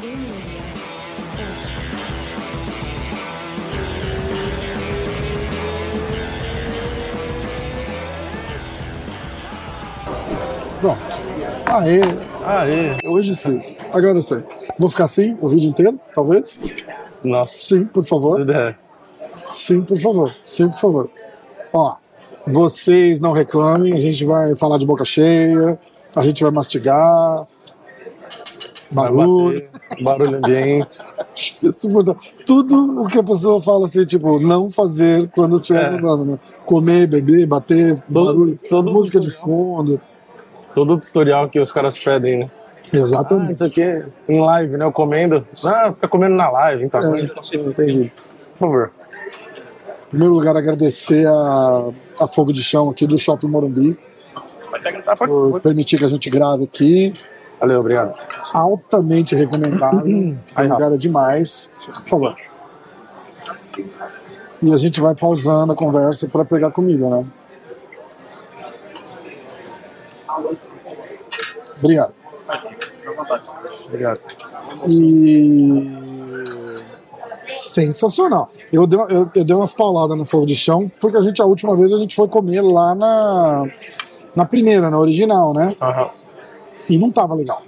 vermelha. Pronto. Aê. Aê. Hoje sim. Agora sim. Vou ficar assim o vídeo inteiro, talvez? Nossa. é Sim, por favor. Sim, por favor. Sim, por favor. Ó, vocês não reclamem, a gente vai falar de boca cheia, a gente vai mastigar. Barulho. Barulho ambiente. Isso é importante. Tudo o que a pessoa fala assim, tipo, não fazer quando estiver É. gravando, né? Comer, beber, bater, Todo- barulho, todo música de tutorial. fundo. Todo tutorial que os caras pedem, né? Ah, Exatamente. isso aqui é em live, né? Eu comendo. Ah, fica comendo na live, então. É. Eu não sei, não entendi. Por favor. Em primeiro lugar, agradecer a, a Fogo de Chão aqui do Shopping Morumbi por permitir que a gente grave aqui. Valeu, obrigado. Altamente recomendável. O Aí, lugar é demais. Por favor. E a gente vai pausando a conversa para pegar comida, né? Obrigado. Obrigado. E. Sensacional. Eu dei, eu, eu dei umas pauladas no fogo de chão, porque a gente, a última vez, a gente foi comer lá na, na primeira, na original, né? Aham. E não tava legal.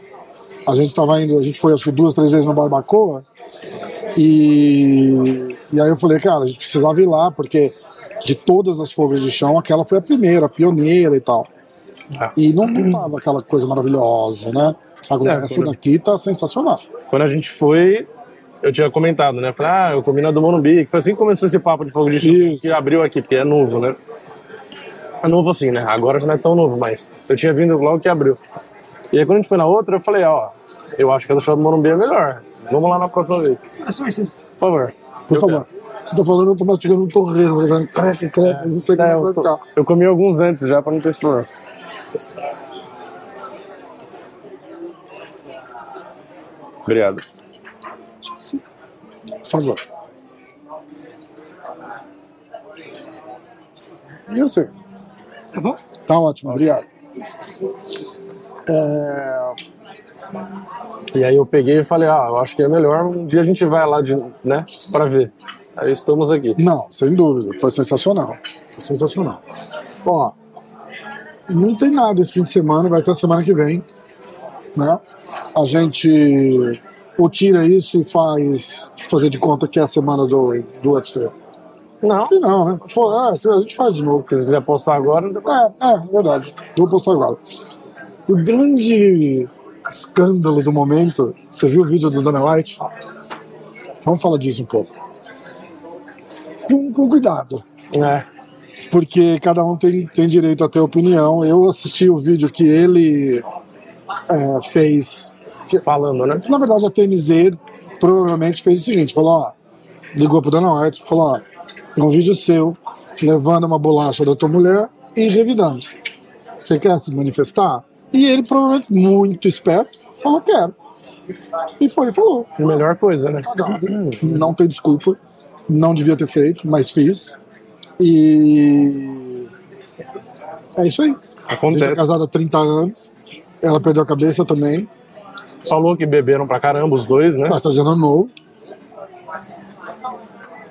A gente tava indo, a gente foi acho que duas, três vezes no Barbacoa, e, e aí eu falei, cara, a gente precisava ir lá, porque de todas as fogas de chão, aquela foi a primeira, a pioneira e tal. Ah. E não, não tava aquela coisa maravilhosa, né? Agora, É, essa quando- daqui tá sensacional. Quando a gente foi, eu tinha comentado, né? Falei, ah, eu comi na do Morumbi. Foi assim que começou esse papo de fogo de chão Isso. que abriu aqui, porque é novo, né? É novo assim, né? Agora já não é tão novo, mas eu tinha vindo logo que abriu. E aí quando a gente foi na outra, eu falei, ó, eu acho que a do show do Morumbi é melhor. Vamos lá na próxima vez. Por favor. Por Eu favor. Você tá falando, eu tô mastigando um torresmo, tá falando creque, creque, não sei como É, é que eu, vai tô- ficar. eu comi alguns antes já pra não ter esse problema. Obrigado. Por favor. E eu sei. Tá bom? Tá ótimo, obrigado. É, E aí eu peguei e falei, ah, eu acho que é melhor um dia a gente vai lá de, né, para ver. Aí estamos aqui. Não, sem dúvida. Foi sensacional. Foi sensacional. Ó, não tem nada esse fim de semana, vai ter semana que vem. Né? A gente ou tira isso e faz fazer de conta que é a semana do, do UFC. Não. Acho que não, né? Pô, é, a gente faz de novo. Se quiser postar agora, não tem problema. É, é verdade. Vou postar agora. O grande escândalo do momento, você viu o vídeo do Dana White? Vamos falar disso um pouco. Com, com cuidado, é. porque cada um tem, tem direito a ter opinião. Eu assisti o vídeo que ele é, fez falando, né? na verdade, a TMZ provavelmente fez o seguinte: falou, ó, ligou pro Dana White, falou, ó, tem um vídeo seu levando uma bolacha da tua mulher e revidando. Você quer se manifestar? E ele, provavelmente, muito esperto, falou, quero. E foi e falou: Melhor coisa, né? cagado, não tem desculpa, não devia ter feito, mas fiz. E. É isso aí. A gente é Acontece. casado há 30 anos. Ela perdeu a cabeça eu também. Falou que beberam pra caramba os dois, né? Tá fazendo ano novo.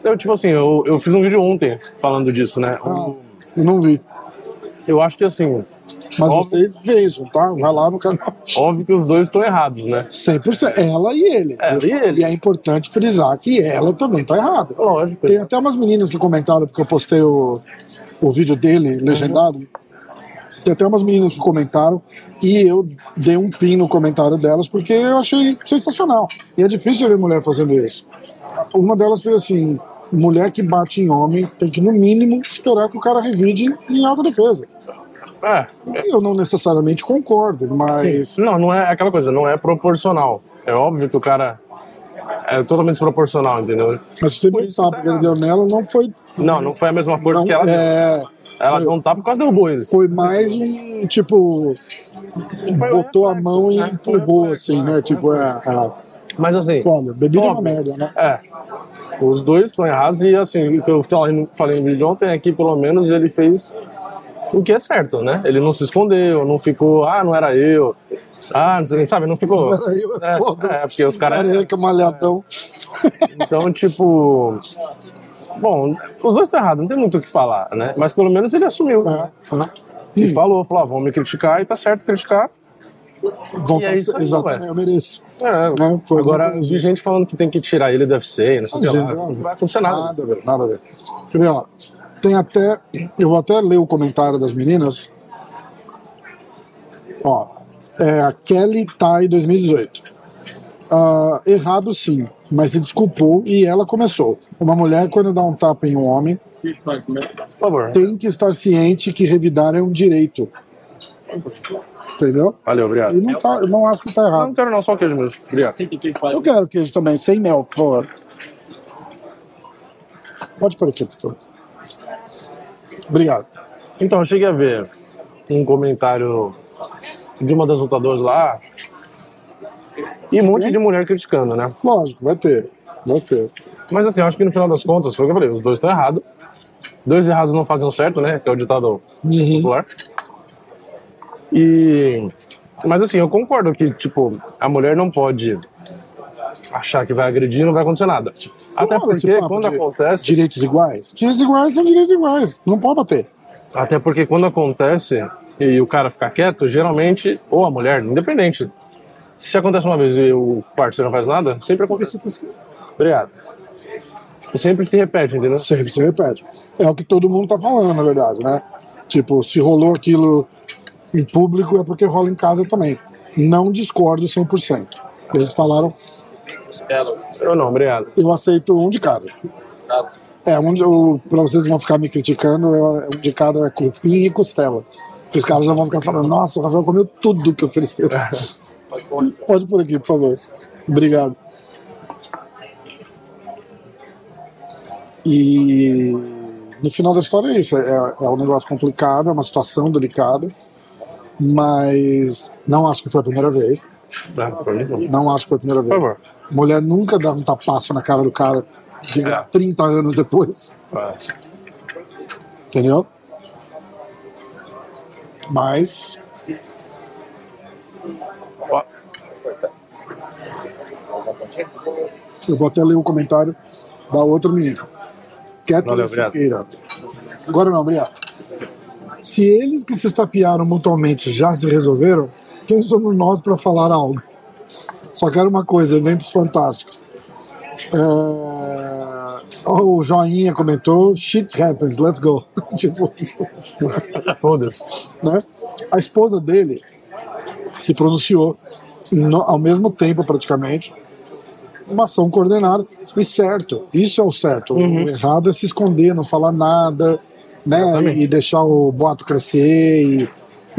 Eu, tipo assim, eu, eu fiz um vídeo ontem falando disso, né? Ah, eu não vi. Eu acho que assim, Mas Óbvio. vocês vejam, tá? Vai lá no canal. óbvio que os dois estão errados, né? 100%. Ela e ele. Ela e ele. E é importante frisar que ela também tá errada. Lógico. Tem até umas meninas que comentaram, porque eu postei o, o vídeo dele, Uhum. legendado. Tem até umas meninas que comentaram e eu dei um pin no comentário delas porque eu achei sensacional. E é difícil ver mulher fazendo isso. Uma delas fez assim: mulher que bate em homem tem que, no mínimo, esperar que o cara revide em alta defesa. É, Eu não necessariamente concordo, mas. Isso, não, não é aquela coisa, não é proporcional. É óbvio que o cara é totalmente desproporcional, entendeu? Mas se teve Por um isso que tapa tá que ele deu nela, não foi. Não, não foi a mesma força Não, que ela deu. é, Ela deu um tapa por causa do boi. foi mais um tipo. Botou a mão e empurrou, assim, né? Tipo, é. é Mas assim, olha, bebida é uma Óbvio. merda, né? é. Os dois estão errados e assim, o que eu falei, falei no vídeo de ontem é que pelo menos ele fez O que é certo, né? Ele não se escondeu, não ficou, ah, não era eu. Ah, não sei, sabe, não ficou. Não era eu, é foda. é, é, porque os caras. Careca, malhadão. Então, tipo. Bom, os dois estão errados, não tem muito o que falar, né? Mas pelo menos ele assumiu. Ah, né? E falou, falou, ah, vão me criticar e tá certo criticar. Vão E é isso aí, exatamente, ué. eu mereço. É, Né? Foi agora, uma eu vi gente falando que tem que tirar ele do UFC, não sei o que lá. Imagina, Não velho. vai acontecer nada. Nada, velho, nada a ver. Quer ver, ó, Tem até. Eu vou até ler o comentário das meninas. Ó. É a Kelly Tai 2018. Ah, errado sim, mas se desculpou e ela começou. Uma mulher, quando dá um tapa em um homem, Por favor. tem que estar ciente que revidar é um direito. Entendeu? Valeu, obrigado. E não, tá, eu não acho que tá Não, errado. não quero não, só queijo mesmo. Obrigado. Eu quero queijo também, sem mel, por favor. Pode pôr aqui, por favor. Obrigado. Então, eu cheguei a ver um comentário de uma das lutadoras lá e um monte de mulher criticando, né? Lógico, vai ter. Vai ter. Mas assim, eu acho que no final das contas, foi o que eu falei, os dois estão errados. Dois errados não fazem o certo, né? Que é o ditado popular. E... Mas assim, eu concordo que, tipo, a mulher não pode achar que vai agredir e não vai acontecer nada. Até Claro, esse porque papo quando de acontece... Direitos iguais? Direitos iguais são direitos iguais. Não pode bater. Até porque quando acontece e o cara fica quieto, geralmente, ou a mulher, independente. Se acontece uma vez e o parceiro não faz nada, sempre acontece. Obrigado. E sempre se repete, entendeu? Sempre se repete. É o que todo mundo tá falando, na verdade, né? Tipo, se rolou aquilo em público é porque rola em casa também. Não discordo 100%. Eles falaram, Eu não, obrigado. eu aceito um de cada. É, um de, o, pra vocês que vão ficar me criticando, é, um de cada é cupim e costela. Porque os caras já vão ficar falando, nossa, o Rafael comeu tudo que ofereceu. Pode por aqui, por favor. Obrigado. E no final da história é isso. É, é um negócio complicado, é uma situação delicada. Mas não acho que foi a primeira vez. Dá pra mim, não. Não acho que foi a primeira vez. Por Né? favor. Mulher nunca dá um tapaço na cara do cara de 30 anos depois. Ah, Entendeu? Mas. ó, Eu vou até ler o comentário da outra menina. Kathleen Valeu, obrigado. Siqueira. Agora não, obrigado. Se eles que se estapearam mutuamente já se resolveram, quem somos nós para falar algo? Só quero uma coisa: eventos fantásticos. É, O Joinha comentou: shit happens, let's go. tipo, Foda-se. né? A esposa dele se pronunciou no- ao mesmo tempo praticamente uma ação coordenada e certo, isso é o certo. O errado é se esconder, não falar nada, né? E deixar o boato crescer e,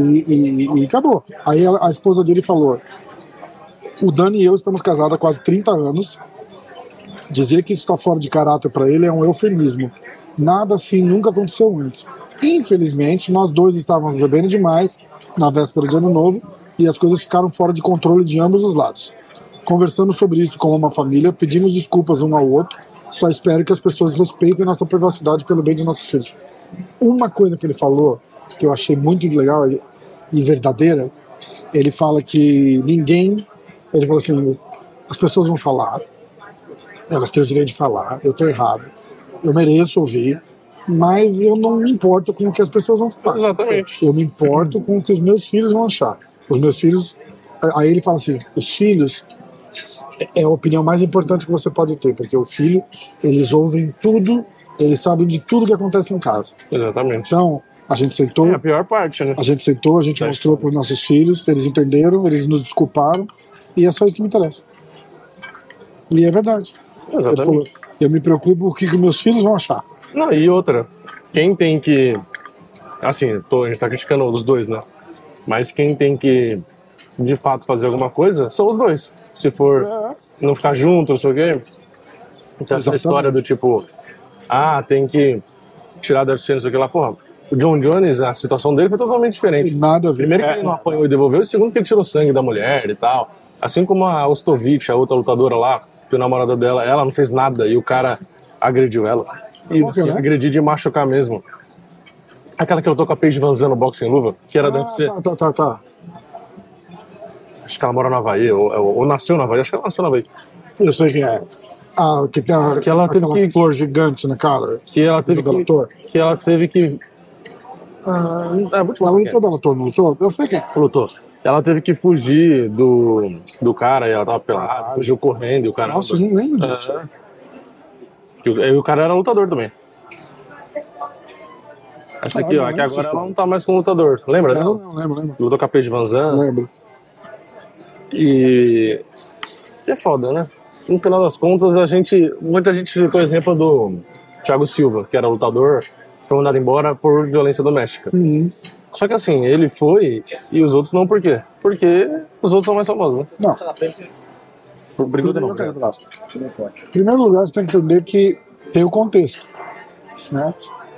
e, e- e acabou. Aí ela- a esposa dele falou: o Dani e eu estamos casados há quase 30 anos. Dizer que isso está fora de caráter para ele é um eufemismo. Nada assim nunca aconteceu antes. Infelizmente, nós dois estávamos bebendo demais na véspera de Ano Novo e as coisas ficaram fora de controle de ambos os lados. Conversamos sobre isso como uma família, pedimos desculpas um ao outro. Só espero que as pessoas respeitem nossa privacidade pelo bem dos nossos filhos. Uma coisa que ele falou, que eu achei muito legal e- e verdadeira, ele fala que ninguém. Ele falou assim: as pessoas vão falar, elas têm o direito de falar, eu tô errado, eu mereço ouvir, mas eu não me importo com o que as pessoas vão falar. Exatamente. Eu me importo com o que os meus filhos vão achar. Os meus filhos. Aí ele fala assim: os filhos é a opinião mais importante que você pode ter, porque o filho, eles ouvem tudo, eles sabem de tudo que acontece em casa. Exatamente. Então, a gente sentou, É a pior parte, né? a gente sentou, a gente Tá. mostrou para os nossos filhos, eles entenderam, eles nos desculparam, e é só isso que me interessa. E é verdade. Ele falou, Exatamente. eu me preocupo com o que que meus filhos vão achar. Não, e outra, quem tem que. Assim, tô, a gente tá criticando os dois, né? Mas quem tem que, de fato, fazer alguma coisa são os dois. Se for não ficar junto, não sei o quê. Então, essa Exatamente. história do tipo, ah, tem que tirar da UFC, não sei o que lá, porra. O John Jones, a situação dele foi totalmente Tem diferente. Nada a ver. Primeiro que É, ele não apanhou e devolveu, e segundo que ele tirou sangue da mulher e tal. Assim como a Ostovich, a outra lutadora lá, que o namorado dela, ela não fez nada e o cara agrediu ela. E Qual que é assim, o nome? agredir de machucar mesmo. Aquela que eu tô com a Paige Vanzano boxe em luva, que era da UFC. Ah, tá, tá, tá, tá. Acho que ela mora na Havaí, ou, é, ou- ou nasceu na Havaí, acho que ela nasceu na Havaí. Eu sei quem é. Ah, que tem a, Que ela teve aquela que- flor gigante na cara. Que ela teve Do que. Bellator. Que ela teve que. Ah, é muito Ela bom. lutou, ela lutou, não lutou? Eu sei quem é. Lutou. Ela teve que fugir do, do cara e ela tava pelada, Caralho. fugiu correndo e o cara. Nossa, eu não lembro disso. É. E o- e o cara era lutador também. Essa Caralho, não aqui, ó, que lembro agora dessa ela não tá mais como lutador. Lembra Ela dela? É, não, é lembro, lembro. Lutou com a Paige Vanzan Lembro. e. e é foda, né? No final das contas, a gente. Muita gente citou o exemplo do Thiago Silva, que era lutador, foi mandado embora por violência doméstica. Uhum. Só que assim, ele foi e os outros não, por quê? Porque os outros são mais famosos, né? Não. Por briga de Primeiro, não. cara, abraço. Em primeiro lugar, você tem que entender que tem o contexto. Né?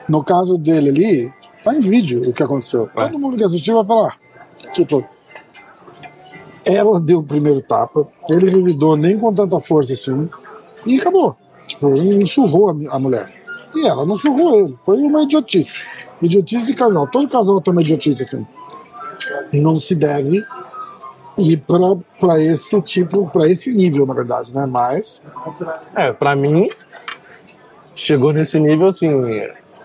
No caso dele ali, tá em vídeo o que aconteceu. É. Todo mundo que assistiu vai falar. Tipo, ela deu o primeiro tapa, ele revidou nem com tanta força assim, e acabou. Tipo, ele surrou a, mi- a mulher. E ela não surrou ele. Foi uma idiotice. Idiotice de casal. Todo casal tem uma idiotice assim. Não se deve ir para esse tipo, para esse nível, na verdade, né? Mas É, pra mim, chegou nesse nível assim.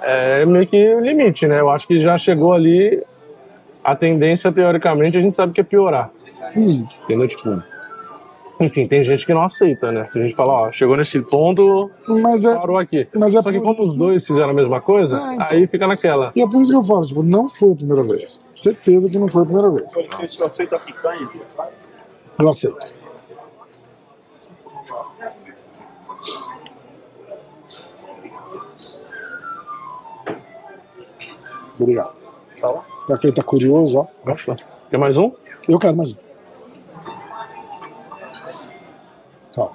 É meio que limite, né? Eu acho que já chegou ali. A tendência, teoricamente, a gente sabe que é piorar. hum, Entendeu? Tipo. Enfim, tem gente que não aceita, né? Tem gente que fala, ó, chegou nesse ponto, Mas é. parou aqui. Mas é Só que por como os dois fizeram a mesma coisa, É, então. aí fica naquela. E é por isso que eu falo, tipo, não foi a primeira vez. Certeza que não foi a primeira vez. Você aceita a picanha? Eu aceito. Obrigado. Fala. Pra quem tá curioso, ó. Nossa. Quer mais um? Eu quero mais um. Tá.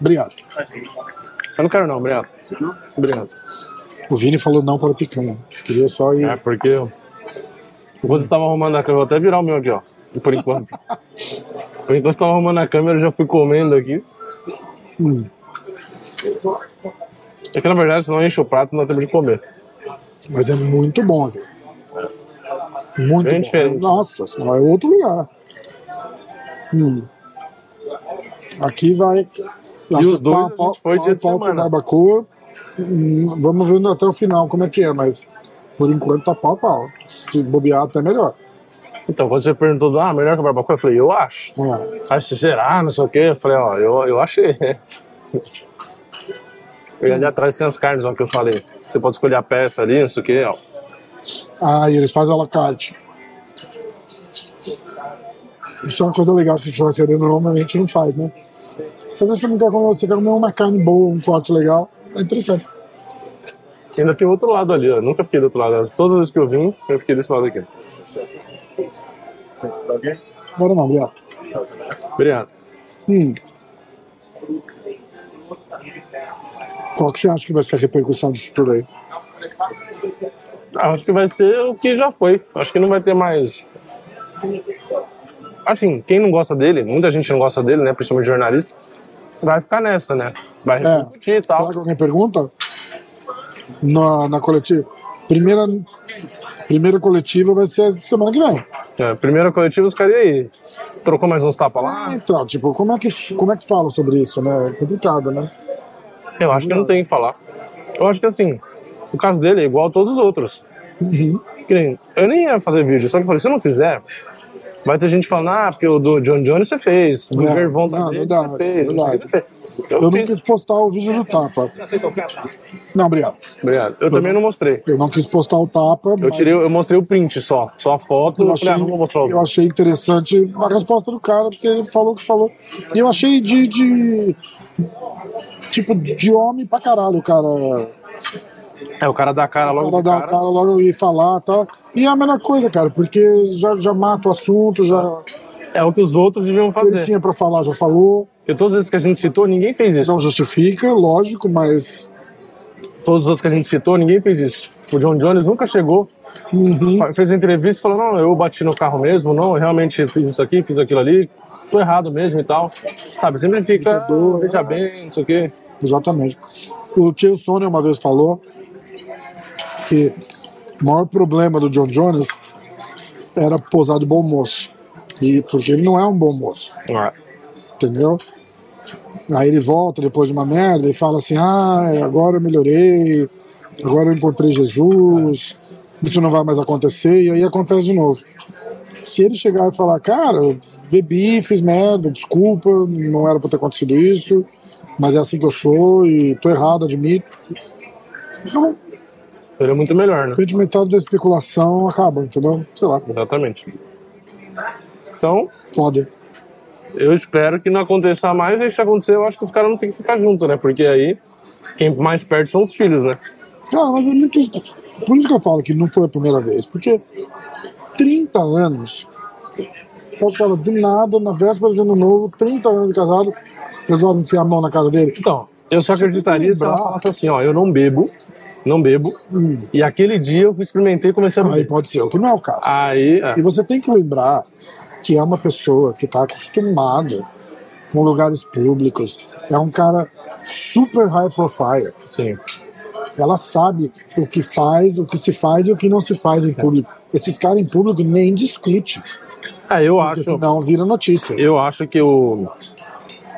Obrigado. Eu não quero não, obrigado. Obrigado. O Vini falou não para a picanha. Queria só ir. É, porque. eu- Enquanto você tava arrumando a câmera, eu vou até virar o meu aqui, ó. Por enquanto. Por enquanto você tava arrumando a câmera, eu já fui comendo aqui. Hum. É que na verdade, senão enche o prato, não dá tempo de comer. Mas é muito bom aqui. Muito Bem bom. diferente. Nossa, senhora, é outro lugar. Hum. Aqui vai. acho os que dois pau a a gente pau- foi pau dia a de pau semana. com barbacoa. Hum, Vamos vendo até o final como é que é, mas por enquanto tá pau a pau. Se bobear, até melhor. Então, quando você perguntou, do, ah, melhor que o barbacoa, eu falei, eu acho. É. Aí você, será? Não sei o quê. Eu falei, ó, eu, eu achei. E ali atrás tem as carnes, ó, que eu falei. Você pode escolher a peça ali, não sei o quê, ó. Ah, e eles fazem a la carte. Isso é uma coisa legal que o churrasqueiro normalmente não faz, né? Às vezes você não quer comer, você quer comer uma carne boa, um corte legal. É interessante. E Ainda tem outro lado ali, ó. Eu Nunca fiquei do outro lado. Todas as vezes que eu vim, eu fiquei desse lado aqui. Você pra alguém? Agora não, obrigado. Obrigado. Hum. Qual que você acha que vai ser a repercussão disso tudo aí? Ah, acho que vai ser o que já foi. Acho que não vai ter mais. Assim, quem não gosta dele, muita gente não gosta dele, né? Principalmente jornalista, vai ficar nessa, né? Vai É. repercutir e tal. Será que alguém pergunta? Na, na coletiva. Primeira, primeira coletiva vai ser semana que vem. É, primeiro coletivo, os caras e aí. Trocou mais uns tapas lá. Ah, então, tipo, como é, que, como é que fala sobre isso, né? É complicado, né? Eu acho que não tem o que falar. Eu acho que assim, o caso dele é igual a todos os outros. Uhum. Que nem- eu nem ia fazer vídeo, só que eu falei, se eu não fizer, vai ter gente falando, ah, porque o do John Jones você fez, do É, Vervon não, também verdade, você fez, não sei o que você fez. Eu, Eu não fiz. quis postar o vídeo do tapa. Não, obrigado. Obrigado. Eu também não mostrei. Eu não quis postar o tapa. Eu, mas tirei, eu mostrei o print só, só a foto. Eu Eu achei, falei, ah, não vou mostrar o eu achei interessante a resposta do cara, porque ele falou o que falou. E eu achei de, de- Tipo, de homem pra caralho, o cara. É, o cara dá a cara O cara logo de dar a cara. cara logo e falar e tal. E é a melhor coisa, cara, porque já, já mata o assunto, já. o que É o que os outros deviam Ele fazer. tinha pra falar, já falou. Porque todas as vezes que a gente citou, ninguém fez isso. Não justifica, lógico, mas. Todos os outros que a gente citou, ninguém fez isso. O John Jones nunca chegou, Uhum. fa- fez a entrevista e falou, não, eu bati no carro mesmo, não, eu realmente fiz isso aqui, fiz aquilo ali, tô errado mesmo e tal. Sabe, sempre fica, "Ah, Entendeu? veja bem, não sei o quê. Exatamente. O tio Sônia uma vez falou que O maior problema do John Jones era posar de bom moço. E porque ele não é um bom moço, Ah, entendeu? Aí ele volta depois de uma merda e fala assim: ah, agora eu melhorei, agora eu encontrei Jesus, isso não vai mais acontecer, e aí acontece de novo. Se ele chegar e falar, cara, eu bebi, fiz merda, desculpa, não era pra ter acontecido isso, mas é assim que eu sou e tô errado, admito. Então, Seria muito melhor, né? de repente, metade da especulação acaba, entendeu? Sei lá, Exatamente. Então, pode. eu espero que não aconteça mais. E se acontecer, eu acho que os caras não tem que ficar junto, né? Porque aí, quem mais perde são os filhos, né? Cara, mas é muito. Por isso que eu falo que não foi a primeira vez, porque 30 anos. Posso falar, do nada, na véspera de ano novo, 30 anos de casado, resolve enfiar a mão na cara dele. Então, eu só acreditaria se ela lembrar. falasse assim, ó, eu não bebo, não bebo. Hum. E aquele dia eu experimentei e comecei a Aí beber. pode ser, o que não é o caso. Aí, é, E você tem que lembrar que é uma pessoa que está acostumada com lugares públicos, é um cara super high profile. sim. Ela sabe o que faz, o que se faz e o que não se faz em público. Esses caras em público nem discute, Ah, eu porque tá- acho, senão vira notícia. eu acho que o,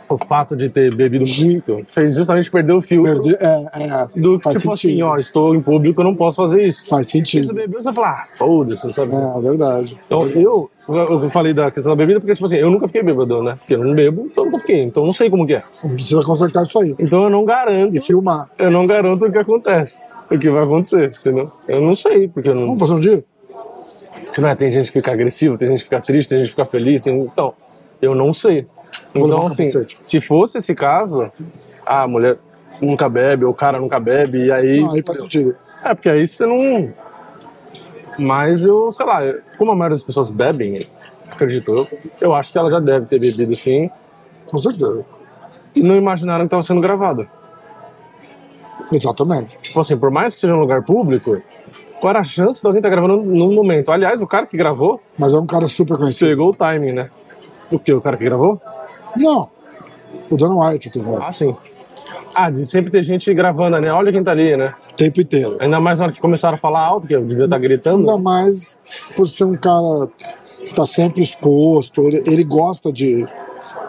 o fato de ter bebido muito fez justamente perder o fio Perder- é, é, do que, faz tipo assim, sentido. ó, estou em público, eu não posso fazer isso. faz Se você sentido. bebeu, você fala, ah, foda-se, sabe? É, é verdade. Então, eu, eu falei da questão da bebida porque, tipo assim, eu nunca fiquei bêbado, né? Porque eu não bebo, então eu nunca fiquei, então eu não sei como que é. Precisa consertar isso aí. Então eu não garanto E filmar. eu não garanto o que acontece, o que vai acontecer, entendeu? Eu não sei, porque eu não. Vamos fazer um dia? não é, tem gente que fica agressiva, tem gente que fica triste, tem gente que fica feliz, tem- então, eu não sei. Vou levar Então, um assim, capacete. se fosse esse caso, a mulher nunca bebe, ou o cara nunca bebe, e aí. Não, aí tá faz sentido. É, porque aí você não. Mas eu, sei lá, eu- como a maioria das pessoas bebem, acredito eu, eu acho que ela já deve ter bebido sim, Com certeza. e não imaginaram que estava sendo gravado. Exatamente. Tipo assim, por mais que seja um lugar público, qual era a chance de alguém estar gravando no momento? Aliás, o cara que gravou Mas é um cara super conhecido. pegou o timing, né? O que? O cara que gravou? Não. O Dana White, que vai. Ah, sim. Ah, de sempre ter gente gravando, né? Olha quem tá ali, né? O tempo inteiro. Ainda mais na hora que começaram a falar alto, que eu devia estar gritando. Ainda mais por ser um cara que tá sempre exposto, ele, ele gosta de,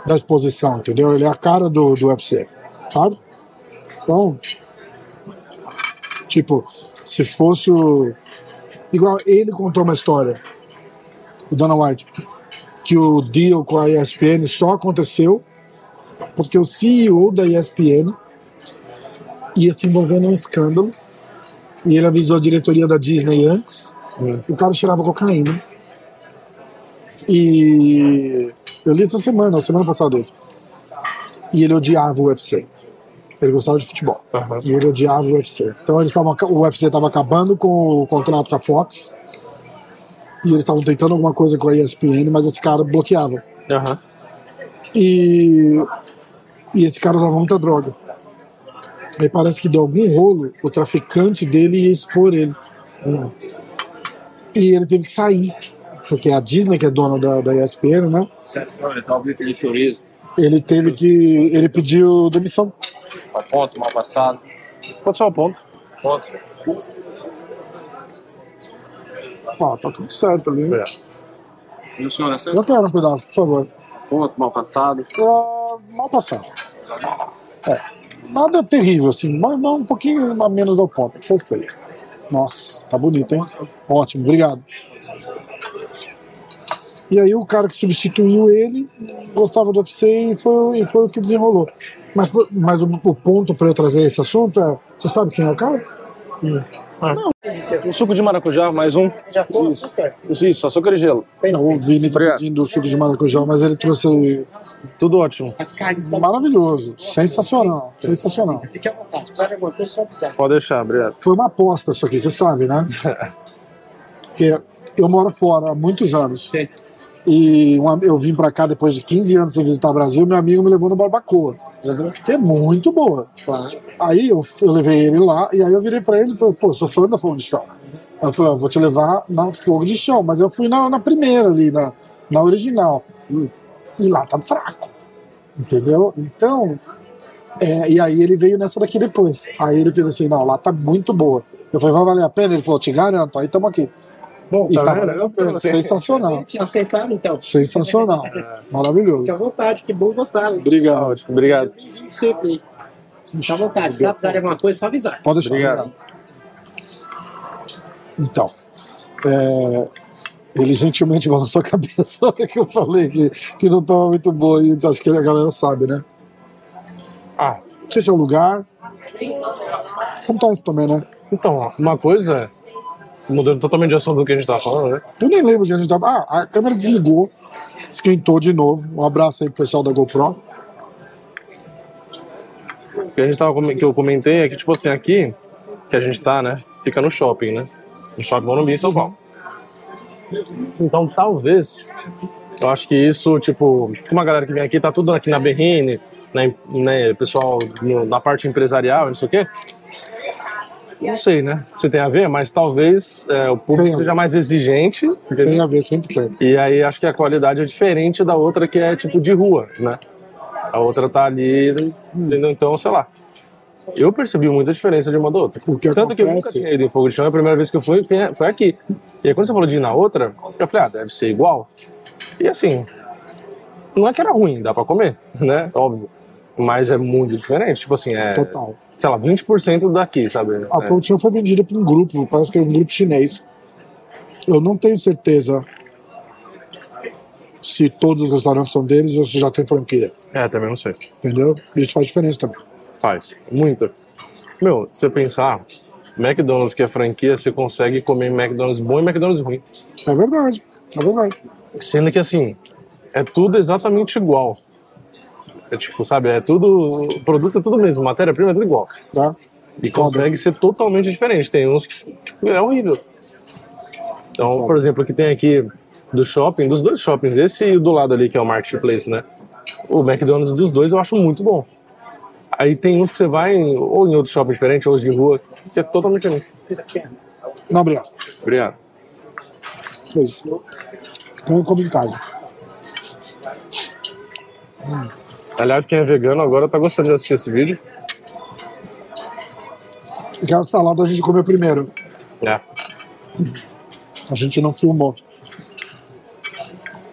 da exposição, entendeu? Ele é a cara do, do UFC, sabe? Então, tipo, se fosse o. Igual ele contou uma história, o Dana White, que o deal com a ESPN só aconteceu porque o CEO da ESPN ia se envolver num escândalo e ele avisou a diretoria da Disney antes o cara cheirava cocaína. E eu li essa semana, ou semana passada isso. E ele odiava o UFC. Ele gostava de futebol. Aham. E ele odiava o UFC. Então eles estavam, aca- o UFC estava acabando com o contrato com a Fox. E eles estavam tentando alguma coisa com a ESPN, mas esse cara bloqueava. Aham. E, e esse cara usava muita droga. Aí parece que deu algum rolo, o traficante dele ia expor ele. E ele teve que sair, porque a Disney, que é dona da, da ESPN, né? Sete horas, ao vivo, aquele chorizo, Ele teve que. Ele pediu demissão. uma ponta, mal passado, Pode ser o ponto. ponto. Ó, tá tudo certo ali. Obrigado. E o senhor, essa Eu quero um pedaço, por favor. ponto, mal passado, Ah, mal passado. É. Nada terrível, assim, mas mas um pouquinho a menos do ponto. Perfeito. Nossa, tá bonito, hein? Ótimo, obrigado. E aí o cara que substituiu ele gostava do UFC e foi, e foi o que desenrolou. Mas, por- mas o, o ponto pra eu trazer esse assunto é, você sabe quem é o cara? Um suco de maracujá, mais um. Já com açúcar? Isso, Isso, açúcar e gelo. Não, o Vini tá Obrigado. pedindo o suco de maracujá, mas ele trouxe Tudo ótimo. As carnes da maravilhoso, sensacional, sensacional. Fique à vontade, precisar de alguma coisa, só avisar. Pode deixar, obrigado. Foi uma aposta isso aqui, você sabe, né? Porque eu moro fora há muitos anos. Sim. E um am- eu vim pra cá depois de 15 anos sem visitar o Brasil, meu amigo me levou no Barbacoa, que é muito boa. Aí eu, eu levei ele lá, e aí eu virei pra ele e falei, pô, sou fã da Fogo de Chão. Aí eu falei, "Ah, vou te levar na Fogo de Chão, mas eu fui na, na primeira ali, na, na original. E lá tá fraco, entendeu? Então, É, e aí ele veio nessa daqui depois. Aí ele fez assim, não, lá tá muito boa. Eu falei, vai valer a pena? Ele falou, te garanto, aí estamos aqui. Bom, E tá vendo? valendo a pena, sensacional. Gente, aceitaram então. Sensacional. É. Fique à Maravilhoso. vontade, que bom gostaram. Obrigado. Obrigado. Bem-vindo sempre. aí. Fique à vontade. Se precisar de alguma coisa, só avisar. Pode deixar. Obrigado. Então, é, ele gentilmente balançou a cabeça na hora que eu falei que, que não estava muito boa e acho que a galera sabe, né? Ah, Não sei se é o lugar. Contar isso também, né? então, uma coisa, mudando totalmente de assunto do que a gente tava falando, né? Eu nem lembro que a gente tava. Ah, a câmera desligou, esquentou de novo. Um abraço aí pro pessoal da GoPro. O que a gente tava, com- que eu comentei é que, tipo assim, aqui, que a gente tá, né? Fica no shopping, né? No shopping Morumbi, em São Paulo. Então, talvez, eu acho que isso, tipo, como a galera que vem aqui tá tudo aqui na Berrine, né, né, pessoal no- na parte empresarial, não sei o quê. Não sei, né? Se tem a ver, mas talvez é, o público Tem a ver. seja mais exigente, entendeu? Tem a ver 100%. E aí acho que a qualidade é diferente da outra que é tipo de rua, né? A outra tá ali, entendeu? Então, sei lá. Eu percebi muita diferença de uma da outra. O que Tanto que eu nunca acontece- tinha ido em Fogo de Chão, a primeira vez que eu fui foi foi aqui. E aí quando você falou de ir na outra, eu falei, ah, deve ser igual. E assim, não é que era ruim, dá pra comer, né? Óbvio. Mas é muito diferente. Tipo assim, é, Total. Ah, sei lá, 20% daqui, sabe? A É. Pontinha foi vendida por um grupo, parece que é um grupo chinês. Eu não tenho certeza se todos os restaurantes são deles ou se já tem franquia. é, também não sei. Entendeu? Isso faz diferença também. Faz, muita. Meu, se você pensar, McDonald's que é franquia, você consegue comer McDonald's bom e McDonald's ruim. É verdade, é verdade. Sendo que assim, é tudo exatamente igual. É tipo, sabe, é tudo. O produto é tudo mesmo, matéria-prima é tudo igual. Tá? E consegue ser totalmente diferente. Tem uns que tipo, é horrível. Então, por exemplo, o que tem aqui do shopping, dos dois shoppings, esse e o do lado ali, que é o Marketplace, né? O McDonald's dos dois eu acho muito bom. Aí tem uns que você vai em- ou em outro shopping diferente, ou os de rua, que é totalmente diferente. Não, obrigado. Obrigado. É isso. Então eu como em casa. Aliás, quem é vegano agora tá gostando de assistir esse vídeo. Aquela salada a gente comeu primeiro. É. A gente não filmou.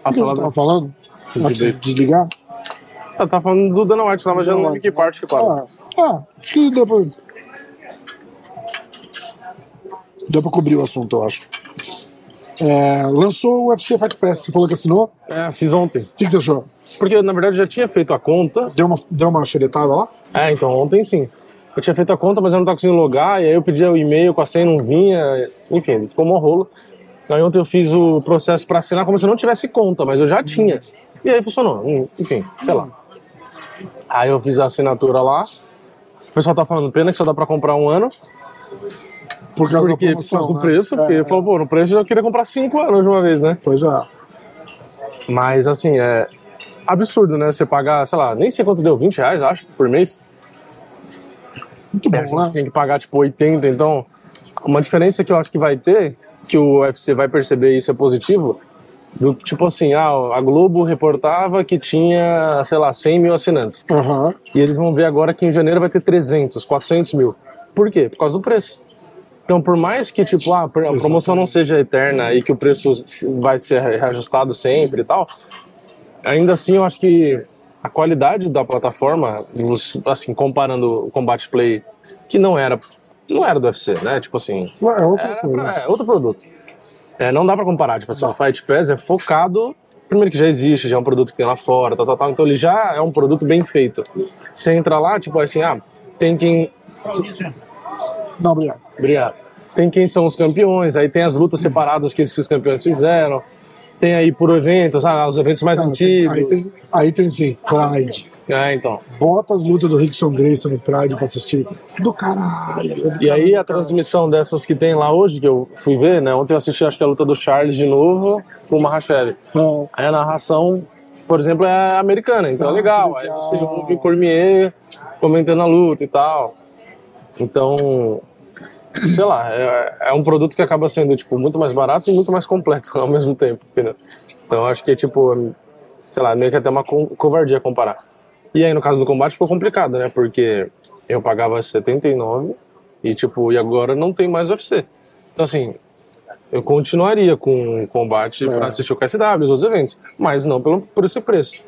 A O que eu salada. tava falando? Antes de desligar? Ah, tá falando do Dana White né? lá, mas eu não lembro que parte que fala. Ah, ah, acho que deu pra. Deu pra cobrir o assunto, eu acho. É, lançou o UFC Fight Pass. Você falou que assinou? O É, fiz ontem. que, que você achou? Porque na verdade eu já tinha feito a conta, Deu uma, deu uma xeretada lá? É, então ontem sim. Eu tinha feito a conta, mas eu não tava conseguindo logar, e aí eu pedia o e-mail com a senha, não vinha, enfim, ficou mó rolo. Então, Aí ontem eu fiz o processo para assinar como se eu não tivesse conta, mas eu já tinha. E aí funcionou, hum, enfim, sei lá. Aí eu fiz a assinatura lá. O pessoal tá falando, pena que só dá pra comprar um ano, Por causa porque da por promoção, causa do né? preço, É, porque é. falou, pô, no preço eu queria comprar cinco anos de uma vez, né? Pois é. Mas assim, é absurdo, né? Você pagar, sei lá, nem sei quanto deu, 20 reais, acho, por mês. Muito É, a bom, gente né? tem que pagar tipo 80, então uma diferença que eu acho que vai ter, que o UFC vai perceber isso é positivo, do tipo assim, ah, a Globo reportava que tinha, sei lá, 100 mil assinantes. Aham. E eles vão ver agora que em janeiro vai ter 300, 400 mil. Por quê? Por causa do preço. Então, por mais que tipo, ah, a promoção não seja eterna e que o preço se- vai ser reajustado sempre e tal, ainda assim eu acho que a qualidade da plataforma, os- assim, comparando o Combat Play, que não era, não era do UFC, né? Tipo assim, É outra era coisa. pra- é, outro produto. É, não dá pra comparar, tipo assim, o Fight Pass é focado, primeiro que já existe, já é um produto que tem lá fora, tal, tal, tal, então ele já é um produto bem feito. Você entra lá, tipo assim, ah, tem quem Não, obrigado. Obrigado. Tem quem são os campeões, aí tem as lutas separadas que esses campeões fizeram, tem aí por eventos, ah, os eventos mais Ah, tem- antigos. aí, tem, aí tem sim, Pride. É, então. Bota as lutas do Rickson Grace no Pride pra assistir. Do caralho. É, E aí Ah, tá. a transmissão dessas que tem lá hoje, que eu fui ver, né? Ontem eu assisti acho que a luta do Charles de novo com o Mahashev. É, Aí a narração, por exemplo, é americana, então é Ah, legal. que Aí legal. você ouve o Cormier comentando a luta e tal. Então, sei lá, é, é um produto que acaba sendo tipo, muito mais barato e muito mais completo ao mesmo tempo. Entendeu? Então acho que tipo, sei lá, meio que até uma co- covardia comparar. E aí, no caso do combate, ficou complicado, né? Porque eu pagava 79 e, tipo, e agora não tem mais UFC. Então, assim, eu continuaria com o combate É. pra assistir o KSW, os outros eventos, mas não pelo, por esse preço.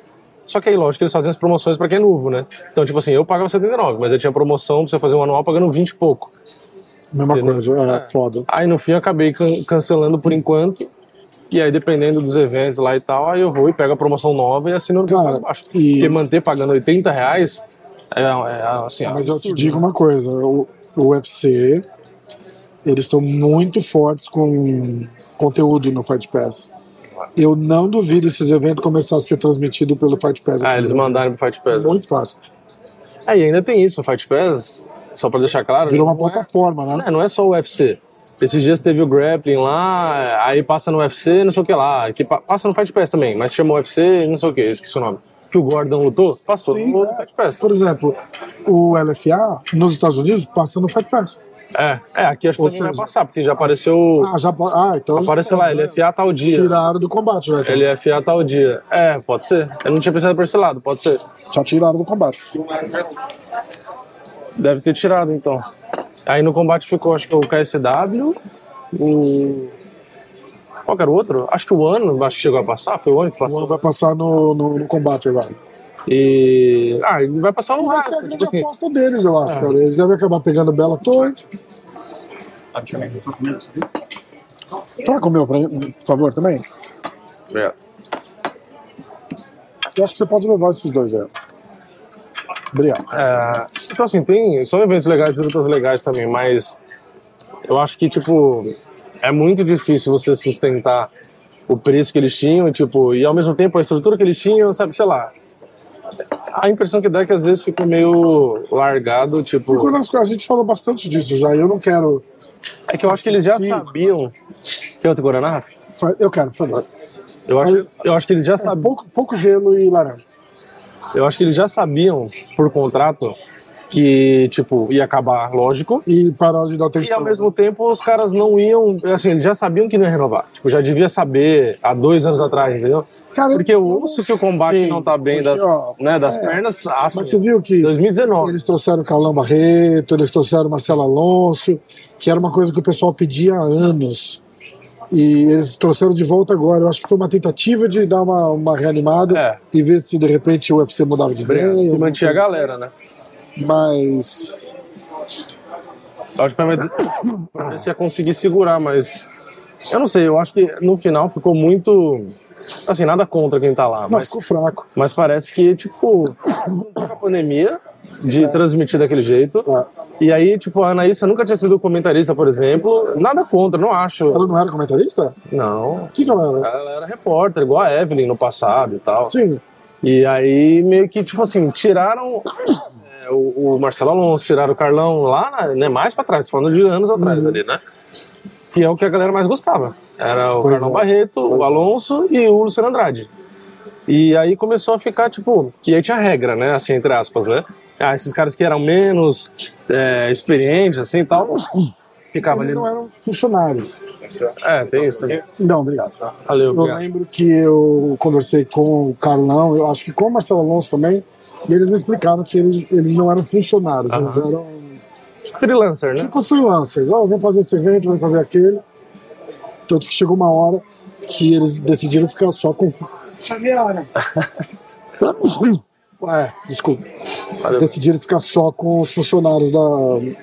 Só que aí, lógico, eles fazem as promoções pra quem é novo, né? Então, tipo assim, eu pagava 79, mas eu tinha promoção pra você fazer um anual pagando 20 e pouco. Mesma Entendeu? Ah. coisa, é, foda. Aí no fim eu acabei can- cancelando por enquanto. E aí, dependendo dos eventos lá e tal, aí eu vou e pego a promoção nova e assino no Cara, mais baixo. e- Porque manter pagando 80 reais é, é assim. é Mas eu te absurdo, digo né? uma coisa, o, o UFC, eles estão muito fortes com conteúdo no Fight Pass. Eu não duvido esses eventos começar a ser transmitido pelo Fight Pass. Ah, eles mandaram pro Fight Pass. né? Muito fácil. Aí ainda tem isso, o Fight Pass, só pra deixar claro. Virou uma não é- plataforma, né? É, não é só o UFC. Esses dias teve o grappling lá, aí passa no UFC, não sei o que lá. Que pa- passa no Fight Pass também, mas chama UFC, não sei o que, esqueci o nome. Que o Gordon lutou, passou Sim, no é. Fight Pass. Por exemplo, o LFA nos Estados Unidos passa no Fight Pass. É, é, aqui acho que Ou também vai seja, passar, porque já apareceu. Ah, já, ah então Aparece lá, é assim. LFA tal dia. tiraram do combate, né? cara? LFA tal dia. É, pode ser. Eu não tinha pensado por esse lado, pode ser. Já tiraram do combate. Deve ter tirado, então. Aí no combate ficou, acho que o KSW, o. Qual que era o outro? Acho que o ano, acho que chegou a passar, foi o ano que O ano passou. vai passar no, no, no combate agora. E. Ah, ele vai passar no Vai ser a resto, grande tipo assim. aposta deles, eu acho, É. cara. Eles devem acabar pegando Bela Torre. Troca o meu, pra mim, por favor, também. É. Eu acho que você pode levar esses dois aí. Obrigado. É, então, assim, tem, são eventos legais, lutas legais também, mas eu acho que, tipo, é muito difícil você sustentar o preço que eles tinham, tipo, e ao mesmo tempo a estrutura que eles tinham, sabe, sei lá. A impressão que dá é que às vezes fica meio largado, tipo. Porque nós- a gente falou bastante disso já. e Eu não quero. É que eu acho que eles já assistir. sabiam. Quer outro Guaraná? Rafa? fa- Eu quero, por favor. Eu acho, eu acho que eles já É, sabiam. pouco, pouco gelo e laranja. Eu acho que eles já sabiam por contrato que, tipo, ia acabar, lógico. E parar de dar E ao atenção. mesmo tempo, os caras não iam. Assim, eles já sabiam que não ia renovar. Tipo, já devia saber há dois anos atrás, entendeu? Cara, Porque eu não ouço que o combate sei, não tá bem porque, das, ó, né, das é. pernas. Assim, Mas você viu que 2019. eles trouxeram o Carlão Barreto, eles trouxeram o Marcelo Alonso, que era uma coisa que o pessoal pedia há anos. E eles trouxeram de volta agora. Eu acho que foi uma tentativa de dar uma, uma reanimada É. e ver se de repente o UFC mudava de ideia. né, Se mantinha a galera, né? Mas. Eu acho que pra ver, pra ver se ia conseguir segurar, mas. Eu não sei, eu acho que no final ficou muito. Assim, nada contra quem tá lá. Não, mas ficou fraco. Mas parece que, tipo, com a pandemia de transmitir daquele jeito. E aí, tipo, a Anaísa nunca tinha sido comentarista, por exemplo. Nada contra, não acho. Ela não era comentarista? Não. O que, que ela era? Ela era repórter, igual a Evelyn no passado e tal. Sim. E aí, meio que, tipo assim, tiraram é, o, o Marcelo Alonso, tiraram o Carlão lá, na- né, mais pra trás, falando de anos atrás Uhum. ali, né? Que é o que a galera mais gostava. Era o Pois Carlão é. Barreto, Pois o é. Alonso e o Luciano Andrade. E aí começou a ficar, tipo, e aí tinha regra, né, assim, entre aspas, né? Ah, esses caras que eram menos é, experientes, assim, e tal, ficava Eles ali. não eram funcionários. É, tem isso também. Não, obrigado. Valeu, Eu Tá, obrigado. lembro que eu conversei com o Carlão, eu acho que com o Marcelo Alonso também, e eles me explicaram que eles, eles não eram funcionários, Aham. eles eram Freelancer, né? tipo freelancers. Oh, vamos fazer esse evento, vamos fazer aquele. Tanto que chegou uma hora que eles decidiram ficar só com. Sabia, olha. É, desculpa. Valeu. Decidiram ficar só com os funcionários da,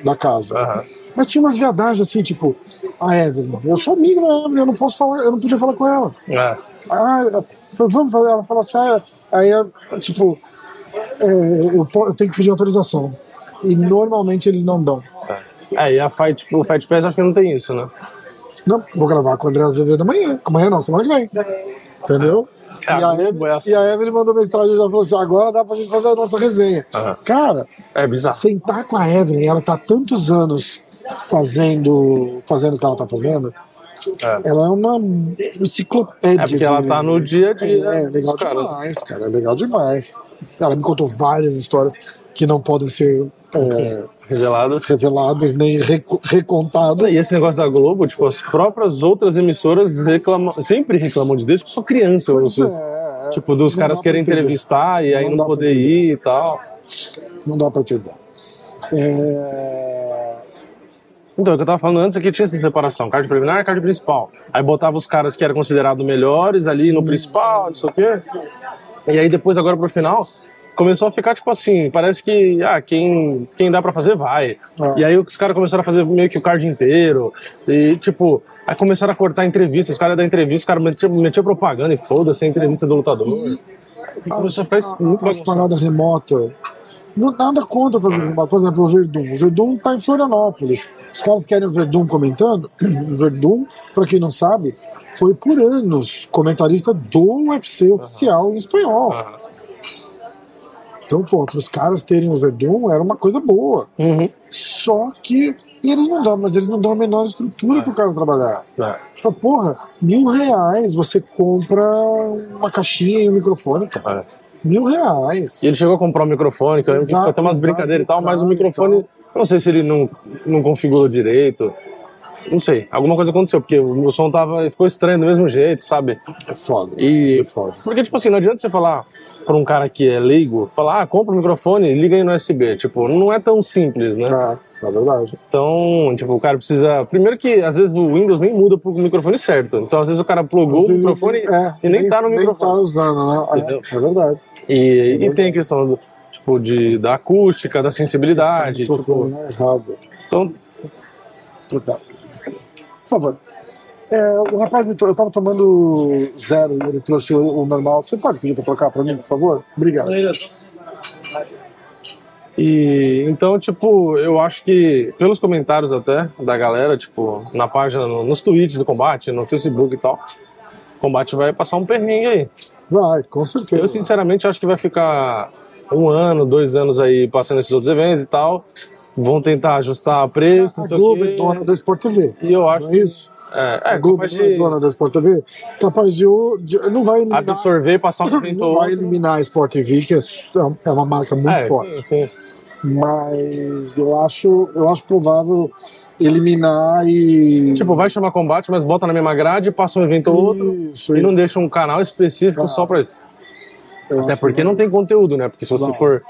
da casa. Aham. Mas tinha umas viadagens assim, tipo, a Evelyn, eu sou amigo da Evelyn, eu não posso falar, eu não podia falar com ela. É. Ah, eu falei, vamos fazer. Ela falou assim, ah, é. aí eu, tipo, é, eu, po- eu tenho que pedir autorização. E normalmente eles não dão. É, e a Fight, o Fight Pass acho que não tem isso, né? Não, vou gravar com o André Azevedo amanhã. Amanhã não, semana que vem. Entendeu? É, e, a é Evelyn, assim. e a Evelyn mandou mensagem e já falou assim: agora dá pra gente fazer a nossa resenha. Aham. Cara, É bizarro. sentar com a Evelyn, ela tá há tantos anos fazendo, fazendo o que ela tá fazendo. É. Ela é uma enciclopédia. É porque ela de- tá no dia a dia. É, é legal dos caras. demais, cara. É legal demais. Ela me contou várias histórias que não podem ser é, Revelado. reveladas nem reco- recontadas. E esse negócio da Globo, tipo, as próprias outras emissoras reclamam, sempre reclamam disso desde que eu sou criança. Eu não sei. É, Tipo, dos Não caras dá pra querem entender. entrevistar e aí Não não, dá pra poder entender. ir e tal. Não dá pra te dar. É, Então, o que eu tava falando antes é que tinha essa separação, card preliminar e card principal. Aí botava os caras que eram considerados melhores ali no principal, não sei o quê. E aí depois, agora pro final, começou a ficar tipo assim, parece que, ah, quem, quem dá pra fazer, vai. Ah. E aí os caras começaram a fazer meio que o card inteiro. E tipo, aí começaram a cortar entrevistas, os caras da entrevista, os caras metiam, metiam propaganda e foda-se a entrevista do lutador. E começou a é ficar isso muito as bagunçado. paradas remotas. Não- Nada contra fazer remoto. Por exemplo, o Verdun. O Verdun tá em Florianópolis. Os caras querem o Verdun comentando. O Verdun, pra quem não sabe, foi por anos comentarista do UFC oficial em espanhol. Aham. Então, pô, para os caras terem o Verdun era uma coisa boa. Uhum. Só que eles não dão, mas eles não dão a menor estrutura pro cara trabalhar. É. Fala, porra, mil reais você compra uma caixinha e um microfone, é, cara. Mil reais. E ele chegou a comprar o microfone, que eu lembro que Dá- ficou até umas dá brincadeiras e tal, mas o complicado e tal. microfone, eu não sei se ele não, não configurou direito. Não sei, alguma coisa aconteceu, porque o som tava, ficou estranho do mesmo jeito, sabe? É foda. E. É foda. Porque, tipo assim, não adianta você falar pra um cara que é leigo, falar, ah, compra o microfone e liga aí no USB. Tipo, não é tão simples, né? É, na verdade. Então, tipo, o cara precisa. Primeiro que às vezes o Windows nem muda pro microfone certo. Então, às vezes o cara plugou o Vocês- microfone é, e nem tá no Nem microfone. tá usando, né? Entendeu? É, é verdade. E, e tem a questão do, tipo, de, da acústica, da sensibilidade. Tô Tipo, falando errado. então, Obrigado. Por favor. É, o rapaz me trouxe, eu tava tomando zero, ele trouxe o, o normal. Você pode pedir pra trocar pra mim, por favor? Obrigado. E então, tipo, eu acho que pelos comentários até da galera, tipo, na página, no- nos tweets do combate, no Facebook e tal, o combate vai passar um perrengue aí. Vai, com certeza. Eu, sinceramente, acho que vai ficar um ano, dois anos aí passando esses outros eventos e tal. Vão tentar ajustar preço, não a sei Globo o é quê. dona da Sport TV. E eu acho Não é isso? é, a é, Globo capaz não é de dona da Sport TV. Capaz de, o- de- não vai eliminar, absorver e passar um evento não ou vai outro. eliminar a Sport TV, que é, su- é uma marca muito É, forte. enfim, enfim. Mas eu acho, eu acho provável eliminar e. Tipo, vai chamar combate, mas bota na mesma grade, passa um evento ou outro. Isso, E não isso. deixa um canal específico Ah, só pra isso. Eu Até acho Né, porque não tem conteúdo, né? Porque se você Não. for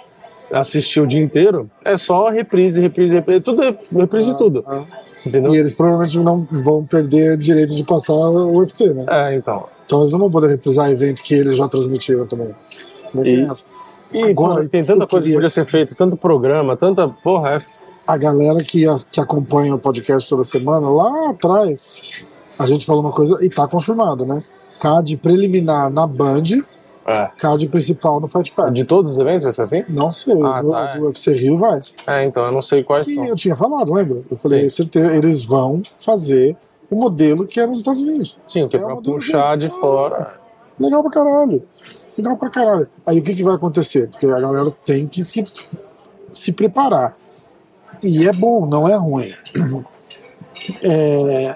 assistir o dia inteiro, é só reprise, reprise, reprise. Tudo é reprise de tudo. ah. Entendeu? E eles provavelmente não vão perder o direito de passar o UFC, né? É, então. Então eles não vão poder reprisar evento que eles já transmitiram também. Não tem E- essa. E Agora, pô, tem eu tanta coisa que queria- podia ser feita, tanto programa, tanta. Porra, é. A galera que, a- que acompanha o podcast toda semana, lá atrás, a gente falou uma coisa e tá confirmado, né? Card preliminar na Band, é. card principal no Fight Pass. De todos os eventos vai ser assim? Não sei, Ah, do, tá, é. do UFC Rio vai. É, então, eu não sei quais Que são. eu tinha falado, lembra? Eu falei, Sim. certeza, eles vão fazer o modelo que é nos Estados Unidos. Sim, que é é uma pra dúvida. puxar de fora. Legal pra caralho. Legal pra caralho. Aí o que, que vai acontecer? Porque a galera tem que se, se preparar. E é bom, não é ruim. É...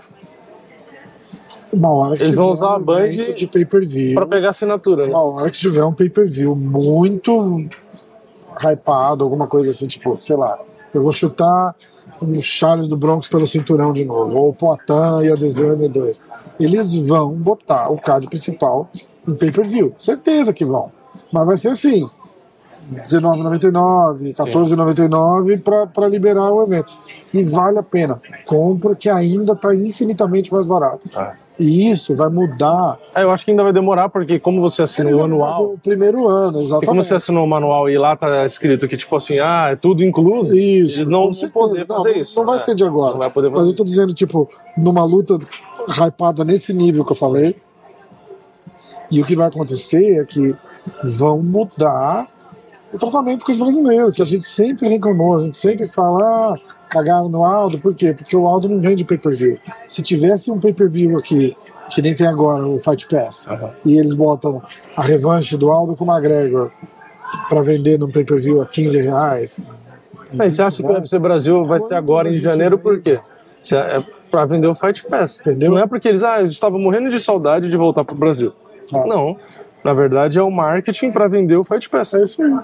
Uma hora que Eles vão usar a um Band evento de pay-per-view. é Pra pegar assinatura, né? Uma hora que tiver um pay-per-view muito hypado, alguma coisa assim, tipo, sei lá, eu vou chutar o Charles do Bronx pelo cinturão de novo, ou o Poitin e a Desane 2. Eles vão botar o card principal em pay-per-view, certeza que vão. Mas vai ser assim, R$19,99, R$14,99 pra- pra liberar o evento. E vale a pena. Compra que ainda tá infinitamente mais barato. Ah. E isso vai mudar É, eu acho que ainda vai demorar, porque como você assina eles o vão fazer anual. o primeiro ano, E como exatamente. você assinou o manual e lá tá escrito que, tipo assim, ah, é tudo incluso. Isso, eles não com vão certeza. poder Não, fazer não- isso, Não vai né? ser de agora. Não vai poder Mas fazer eu tô dizendo, tipo, numa luta hypada nesse nível que eu falei. E o que vai acontecer é que vão mudar o tratamento com os brasileiros, que a gente sempre reclamou, a gente sempre fala, ah, cagaram no Aldo, por quê? Porque o Aldo não vende pay-per-view. Se tivesse um pay-per-view aqui, que nem tem agora, o Fight Pass, e eles botam a revanche do Aldo com o McGregor pra vender num pay-per-view a 15 reais. Mas você acha que o UFC Brasil vai ser agora em Quantos janeiro por gente quê? Se É é pra vender o Fight Pass. Entendeu? Não é porque eles, ah, eu estava morrendo de saudade de voltar pro Brasil. Ah. Não. Na verdade, é o marketing pra vender o Fight Pass. É isso aí.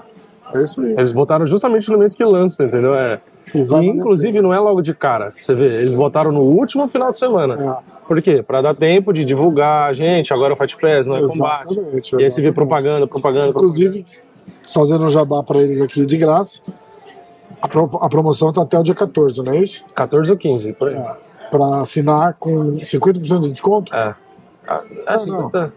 É isso aí. Eles botaram justamente no mês que lança, entendeu? É. E vai E, valer a inclusive, não é logo de cara. Você vê, eles botaram no último final de semana. pena. É. Por quê? Pra dar tempo de divulgar, gente, agora o Fight Pass não é Exatamente. combate. E aí você vê exatamente. propaganda, propaganda, Inclusive, fazendo um jabá para eles aqui de graça, a, pro- a promoção tá até o dia 14, não é isso? 14 ou 15, por aí. É. Para assinar com 50% de desconto. Ah, Não, assim, não. tá.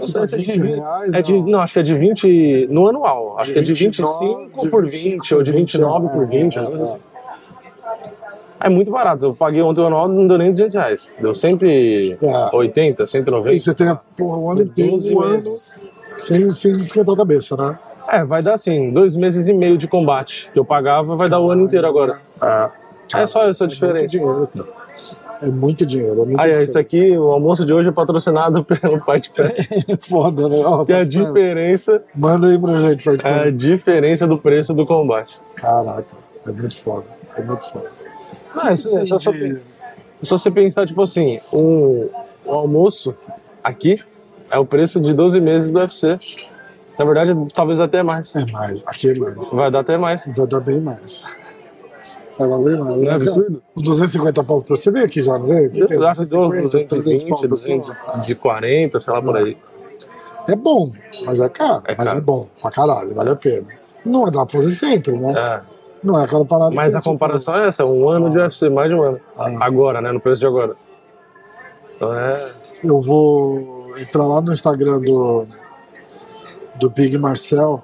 Custa Esse é de 20 20, reais, é de- não. não. acho que é de 20 no anual. Acho De que é de 29, 25 de por 25 20, ou de por 29 por 20. é, alguma coisa é. assim. É muito barato. Eu paguei ontem o anual, não deu nem 200 reais. Deu É. 180, E 190. você tem a porra, o ano inteiro, 12 um ano, É. meses. sem, sem esquentar a cabeça, né? É, vai dar assim, dois meses e meio de combate que eu pagava, vai dar o ano inteiro agora. É só essa É muito diferença. dinheiro, cara. É muito dinheiro. É muito Aí, dinheiro. é isso aqui, o almoço de hoje é patrocinado pelo Fight Pass. É foda, né? Ó, E a Fred Prince, diferença Manda aí pra gente, Fred é a Prince. diferença do preço do combate. Caraca, é muito foda. É muito foda. Não, isso, é só, só, Entendi. só você pensar, tipo assim, um, um almoço aqui é o preço de 12 meses do UFC. Na verdade, talvez até mais. É mais, aqui é mais. Vai dar até mais. Vai dar bem mais. Vai dar bem mais. Não é absurdo? Os 250 pau pra você veio aqui já, não veio? Eu acho que deu uns 300 220, pau pra você? 240, sei lá por aí. É bom, mas é caro. É mas caro. é bom pra caralho, vale a pena. Não é, dá pra fazer sempre, né? É. Não é aquela parada. Mas que, a tipo, comparação é essa, um ano de UFC, mais de um ano. Ah. Agora, né? No preço de agora. Então é. Eu vou entrar lá no Instagram do, do Big Marcel,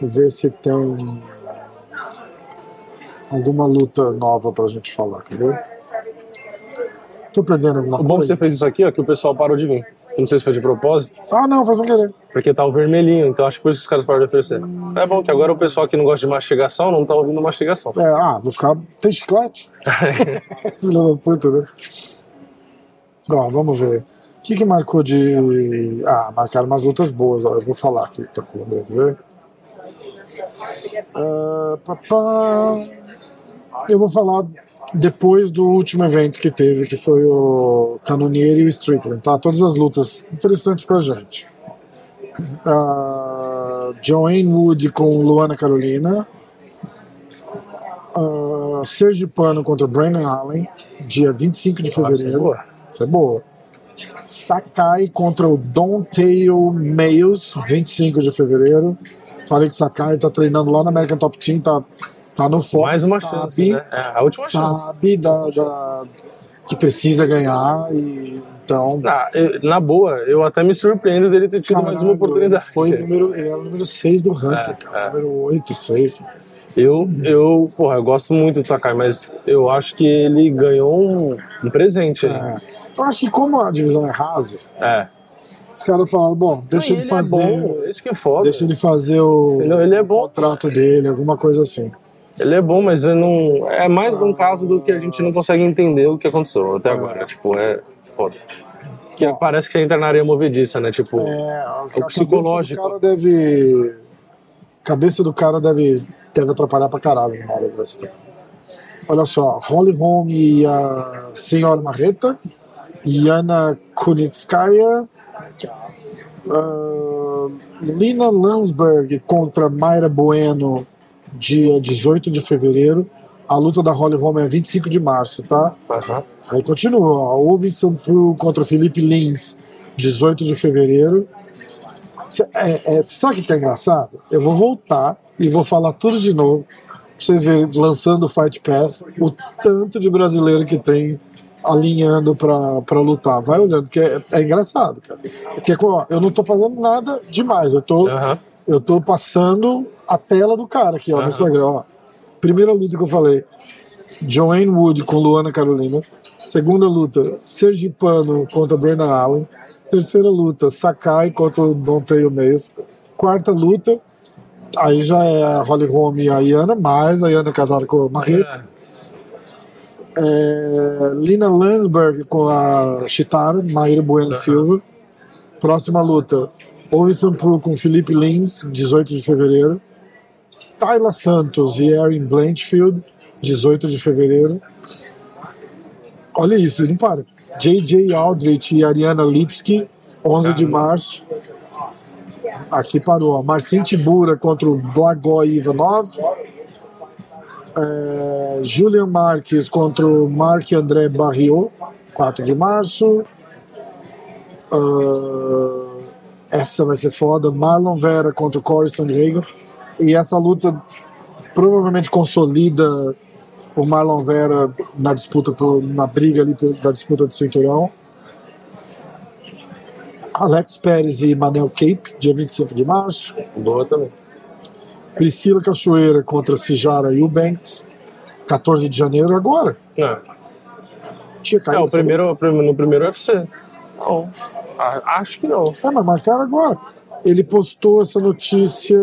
ver se tem alguma luta nova pra gente falar, entendeu? Tô perdendo alguma O bom é que coisa? você fez isso aqui, ó, que o pessoal parou de vir. Não sei se foi de propósito, Ah, não, faz sem querer. porque tá o vermelhinho, então acho que por isso que os caras pararam de oferecer. É bom que agora o pessoal que não gosta de mastigação não tá ouvindo mastigação. É, ah, vou ficar. Tem chiclete? Filha da puta, né? Ó, vamos ver. O que, que marcou de. Ah, marcaram umas lutas boas, ó. Eu vou falar aqui, tá com deixa eu ver. Ah, papá. Eu vou falar depois do último evento que teve, que foi o Canonieri e o Strickland, tá? Todas as lutas interessantes pra gente. Ah, Joanne Wood com Luana Carolina. Ah, Sergipano contra Brandon Allen, dia 25 de Vai ser fevereiro. boa. Isso é boa. Sakai contra o Don Tail Males, 25 de fevereiro. Falei que o Sakai tá treinando lá na American Top Team, tá, tá no foco. Mais uma sabe, chance, né? É, a última chance. Sabe da, da- que precisa ganhar e então. Na, Ah, eu- na boa, eu até me surpreendo dele ter tido mais uma caralho, oportunidade. ele Foi o número, ele era o número 6 do ranking, É, cara. é. Número 8, 6. Eu, eu, porra, eu gosto muito do Sakai, mas eu acho que ele ganhou um, um presente. ali. É. Eu acho que como a divisão é rasa, É. os caras falaram, bom, deixa ele, é fazer. bom, isso que é foda. deixa ele fazer o Entendeu? Ele é bom, contrato dele, alguma coisa assim. ele é bom, mas eu não. É mais um caso do que a gente não consegue entender o que aconteceu até agora. Tipo, é foda. Que parece que você entra na areia movediça, né? Tipo, É, a- a cabeça psicológico. do cara deve. Cabeça do cara deve, deve atrapalhar pra caralho numa hora dessa. também. Olha só, Holly Holm e a Senhora Marreta, Yana Kunitskaya, ah, Lina Landsberg contra Mayra Bueno, dia 18 de fevereiro. A luta da Holly Holm é 25 de março, tá? aham. Aí continua, ó. Houve Sampru contra o Felipe Lins, 18 de fevereiro. Cê- é, é, cê sabe o que que é engraçado? Eu vou voltar e vou falar tudo de novo. Pra vocês verem, lançando o Fight Pass, o tanto de brasileiro que tem alinhando pra, pra lutar. Vai olhando, que é, é engraçado, cara. Porque, ó, eu não tô fazendo nada demais. Eu tô, aham. eu tô passando a tela do cara aqui, ó, no Aham. Instagram, ó. Primeira luta que eu falei, Joanne Wood com Luana Carolina. Segunda luta, Sergipano contra Brenna Allen. Terceira luta, Sakai contra o Donteio Meios. Quarta luta, aí já é a Holly Holm e a Iana, mais a Iana é casada com a Marreta. É, Lina Landsberg com a Chitara, Maíra Bueno Silva. Próxima luta, Ovison Pro com Felipe Lins, 18 de fevereiro. Tayla Santos e Erin Blanchfield, 18 de fevereiro. Olha isso, não para. J.J. Aldrich e Ariana Lipski, 11 de março. Aqui parou. ó. Marcin Tibura contra o Blagoy Ivanov. É, Julian Marques contra o Marc André Barriot. 4 de março. Ah, essa vai ser foda. Marlon Vera contra o Corey Sandiego. E essa luta provavelmente consolida o Marlon Vera na disputa, por- na briga ali pelo- da disputa do cinturão. Alex Pérez e Manel Cape, dia 25 de março. Boa também. Priscila Cachoeira contra Cijara Eubanks, 14 de janeiro, agora. É, Tinha é caído. o essa primeiro, o prim- no primeiro UFC. Não. A- acho que não. Ah, mas marcaram agora. Ele postou essa notícia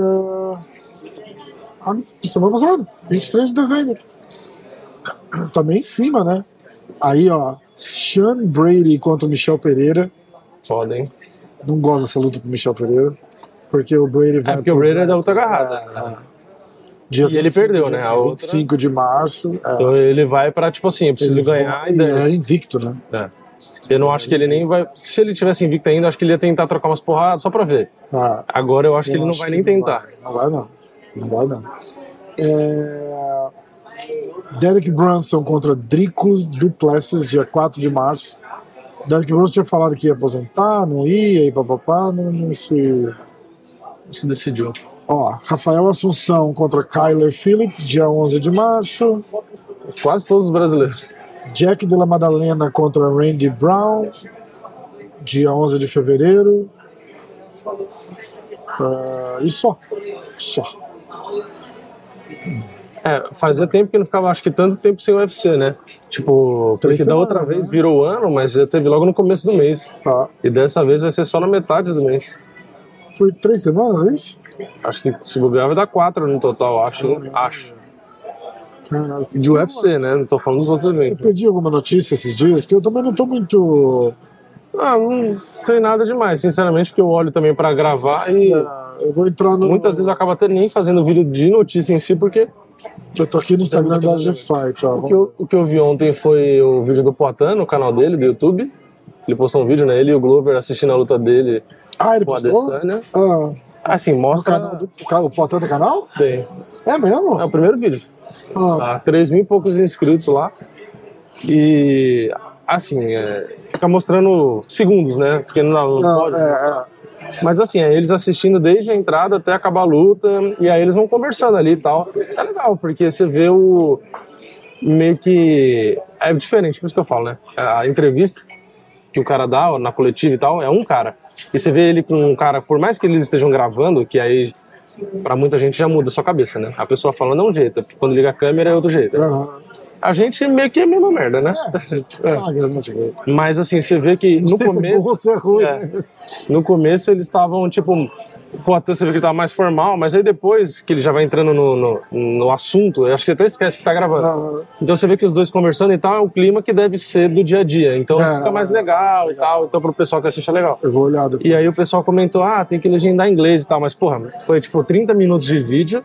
ah, semana passada, 23 de dezembro. Também em cima, né? Aí, ó, Sean Brady contra o Michel Pereira. Foda, hein? Não gosto dessa luta pro Michel Pereira, porque o Brady vai... É porque o Brady é da luta agarrada. Ah, tá. Dia E ele perdeu, de, né? A outra- 25 de marcio. É, Então ele vai pra, tipo assim, eu preciso ele ganhar foi- e é dane-se. invicto, né? É. Eu não acho que ele nem vai. Se ele tivesse invicto ainda, acho que ele ia tentar trocar umas porradas só pra ver. Ah, Agora eu acho que Eu ele não acho vai que nem tentar. vai. Não vai, não. Não vai, não. É, Derek Brunson contra Drico Duplessis, dia 4 de março. Derek Brunson tinha falado que ia aposentar, não ia, e papapá, não, não se. Se decidiu. Ó, Rafael Assunção contra Kyler Phillips, dia 11 de março. Quase todos os brasileiros. Jack de la Madalena contra Randy Brown, dia 11 de fevereiro. Ah, e só. Só. É, fazia tempo que não ficava, acho que tanto tempo sem UFC, né? Tipo, Três porque da semanas, outra vez né? virou o ano, mas já teve logo no começo do mês. Tá. E dessa vez vai ser só na metade do mês. Foi três semanas, é isso? Acho que se bobear vai dar quatro no total, acho. acho. Caralho. De UFC, né? Não tô falando dos outros Eu eventos. perdi alguma notícia esses dias, porque eu também não tô muito. Ah, não tem nada demais, sinceramente, porque eu olho também pra gravar e ah, Eu vou entrar no. muitas vezes acaba até nem fazendo vídeo de notícia em si, porque Eu tô aqui no Instagram da muita G Fight, ó. O que, eu, o que eu vi ontem foi o vídeo do Poitin no canal dele, do YouTube. Ele postou um vídeo, né? Ele e o Glover assistindo a luta dele Ah, ele com a postou? Adesanya. Ah, no Assim, né? mostra... canal do, o ca- o Platão do canal? Tem. É mesmo? É o primeiro vídeo. Ah, Tá? 3 mil e poucos inscritos lá. E... Assim, é, fica mostrando segundos, né? Porque não, não não, pode. é, é. Mas assim, é eles assistindo desde a entrada até acabar a luta, e aí eles vão conversando ali e tal. É legal, porque você vê o. meio que. É diferente, por isso que eu falo, né? A entrevista que o cara dá ó, na coletiva e tal é um cara. E você vê ele com um cara, por mais que eles estejam gravando, que aí. Pra muita gente já muda a sua cabeça, né? A pessoa falando é um jeito, quando liga a câmera é outro jeito. Ah, A gente meio que é a mesma merda, né? caga, né, tipo, Mas assim, você vê não que sei no se é bom começo. ou se é ruim. É. né? No começo eles estavam, tipo, pô, até você vê que ele tava mais formal, mas aí depois que ele já vai entrando no, no, no assunto, eu acho que até esquece que tá gravando. Ah, Então você vê que os dois conversando e tal, é o clima que deve ser do dia a dia. Então É, fica mais legal e tal, então pro pessoal que assiste é legal. eu vou olhar depois. E aí o pessoal comentou, ah, tem que legendar em inglês e tal, mas porra, foi tipo 30 minutos de vídeo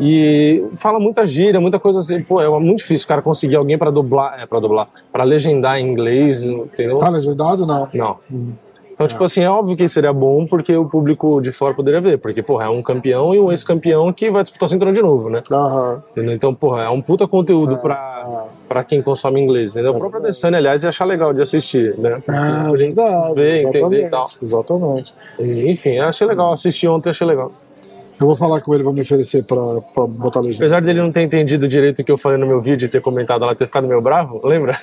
e fala muita gíria, muita coisa assim. Pô, é muito difícil o cara conseguir alguém pra dublar, é, pra dublar, pra legendar em inglês, entendeu? Tá legendado ou não? Não. Então, Tá. tipo assim, é óbvio que seria bom porque o público de fora poderia ver. Porque, porra, é um campeão e um ex-campeão que vai disputar o cinturão de novo, né? Aham. Entendeu? Então, porra, é um puta conteúdo pra, Ah, É. pra quem consome inglês, entendeu? O próprio Adesanya, aliás, ia achar legal de assistir, né? ah, Pra gente verdade. ver, entender e tal. exatamente, exatamente. Enfim, eu achei legal. Assisti ontem, achei legal. Eu vou falar com ele, vou me oferecer pra, pra botar legenda. Apesar dele não ter entendido direito o que eu falei no meu vídeo e ter comentado lá, ter ficado meio bravo, lembra?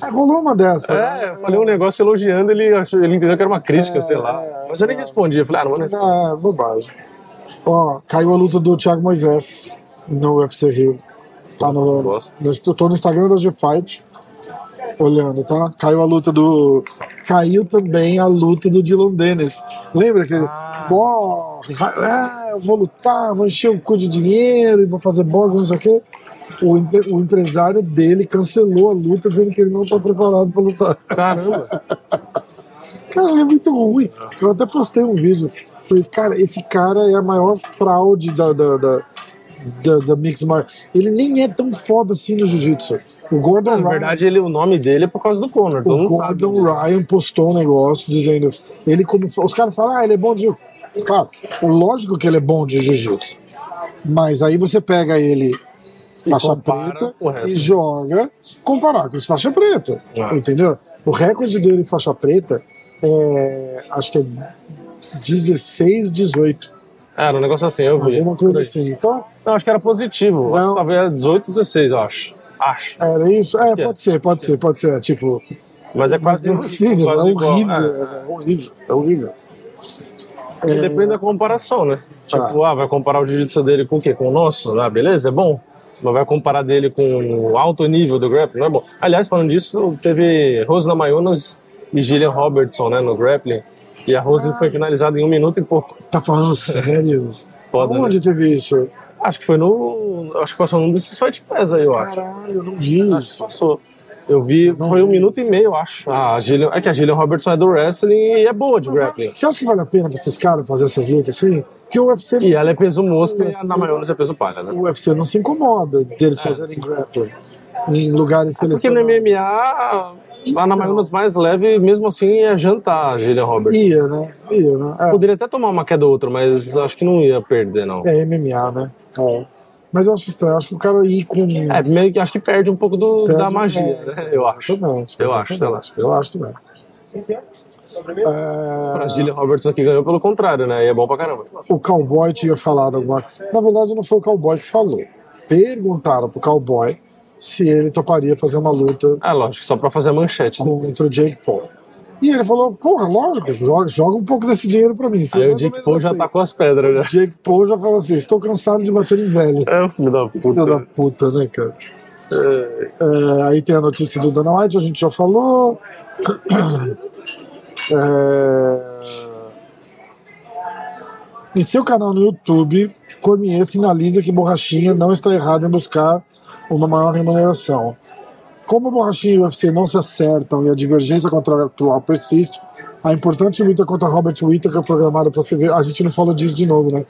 Ah, rolou uma dessa. né? É, eu falei um negócio elogiando, ele, achou, ele entendeu que era uma crítica, É, sei lá. é, Mas eu nem é. respondi. Eu falei, ah, não, mano, Ah, bobagem. Ó, caiu a luta do Thiago Moisés no UFC Rio. Tá no. Gosto. no- tô no Instagram da G-Fight. Olhando, tá? Caiu a luta do. Caiu também a luta do Dylan Dennis. Lembra que ele. Pô, ah, eu vou lutar, vou encher o cu de dinheiro e vou fazer box, não sei o quê. O, empre- o empresário dele cancelou a luta, dizendo que ele não tá preparado pra lutar. caramba. Cara, ele é muito ruim. Eu até postei um vídeo. Falei, Cara, esse cara é a maior fraude da, da, da, da, da Mix Mar. Ele nem é tão foda assim no jiu-jitsu. O Gordon Na Ryan, É verdade, ele, o nome dele é por causa do Conor, Tipo, todo o mundo sabe. né? Gordon Ryan postou um negócio dizendo. Ele como, os caras falam, ah, ele é bom de. jiu-". Cara, lógico que ele é bom de jiu-jitsu. Mas aí você pega ele faixa compara preta com o resto. e joga comparar com os faixa preta. Ah. Entendeu? O recorde dele em faixa preta é. Acho que é 16, 18. Era um negócio assim, eu vi. Alguma coisa assim. Então, Não, acho que era positivo. Não. Talvez era 18, 16, eu acho. Acho. era isso? É, que é. pode ser, pode ser, pode ser. Tipo, Mas é quase. sim, é quase igual. horrível, é, horrível, é horrível. É, porque Depende da comparação, né? Tá. Tipo, ah, vai comparar o jiu-jitsu dele com o quê? Com o nosso? Ah, beleza, é bom. Mas vai comparar dele com o alto nível do grappling, não é bom. Aliás, falando disso, teve Rose Namajunas e Gillian Robertson, né, no grappling. E a Ah. Rose foi finalizada em um minuto e pouco. Tá falando sério? Foda, né? Onde teve isso? Acho que foi no. Acho que passou num desses fight pass aí, eu acho. Caralho, eu não vi isso. Passou. Eu vi, foi um vi minuto e meio, eu acho. A Gillian, é que a Gillian Robertson é do wrestling e é boa de grappling. Você acha que vale a pena pra esses caras fazer essas lutas assim? Porque o UFC, E ela é peso mosca e a UFC. Namajunas é peso palha, né? o UFC não se incomoda deles fazerem grappling em lugares É. Porque no selecionados. MMA, a Namajunas mais leve, mesmo assim, ia jantar é a Gillian Roberts. Ia, né? Ia, né? É. Poderia até tomar uma queda ou outra, mas acho que não ia perder, não. É MMA, né? É. Mas eu acho estranho, eu acho que o cara ir com. É, meio que acho que perde um pouco do- da Perde, magia, é, né? Eu acho. Exatamente. Eu acho, sei lá. exatamente. Eu acho também. A É, Gillian Robertson que ganhou, pelo contrário, né? E é bom pra caramba. o cowboy tinha falado alguma Na verdade, não foi o cowboy que falou. Perguntaram pro cowboy se ele toparia fazer uma luta Ah, lógico, só pra fazer a manchete. né? contra o Jake Paul. E ele falou: porra, lógico, joga, joga um pouco desse dinheiro pra mim. Foi Aí o mais ou Dick menos Paul já assim. tacou as pedras, né? Jake Paul já falou assim: estou cansado de bater em velhos. É, o filho da Filho da puta. puta, né, cara? É, É, aí tem a notícia do Dana White, a gente já falou. É... Em seu canal no YouTube, Cormier sinaliza que Borrachinha não está errado em buscar uma maior remuneração. Como Borrachinha e o UFC não se acertam e a divergência contratual persiste, a importante luta contra Robert Whittaker programada para fevereiro. A gente não falou disso de novo, né?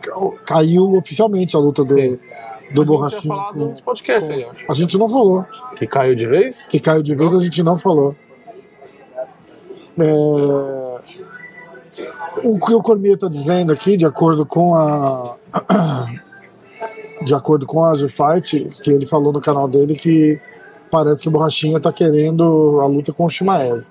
Ca- Caiu oficialmente a luta do, do Sim. a gente tinha Borrachinha. falado com- nos podcasts aí, eu acho. A gente não falou Que caiu de vez? que caiu de vez a gente não falou. É, O que o Cormier está dizendo aqui, de acordo com a. De acordo com a G-Fight, que ele falou no canal dele que parece que o Borrachinha tá querendo a luta com o Shimaev.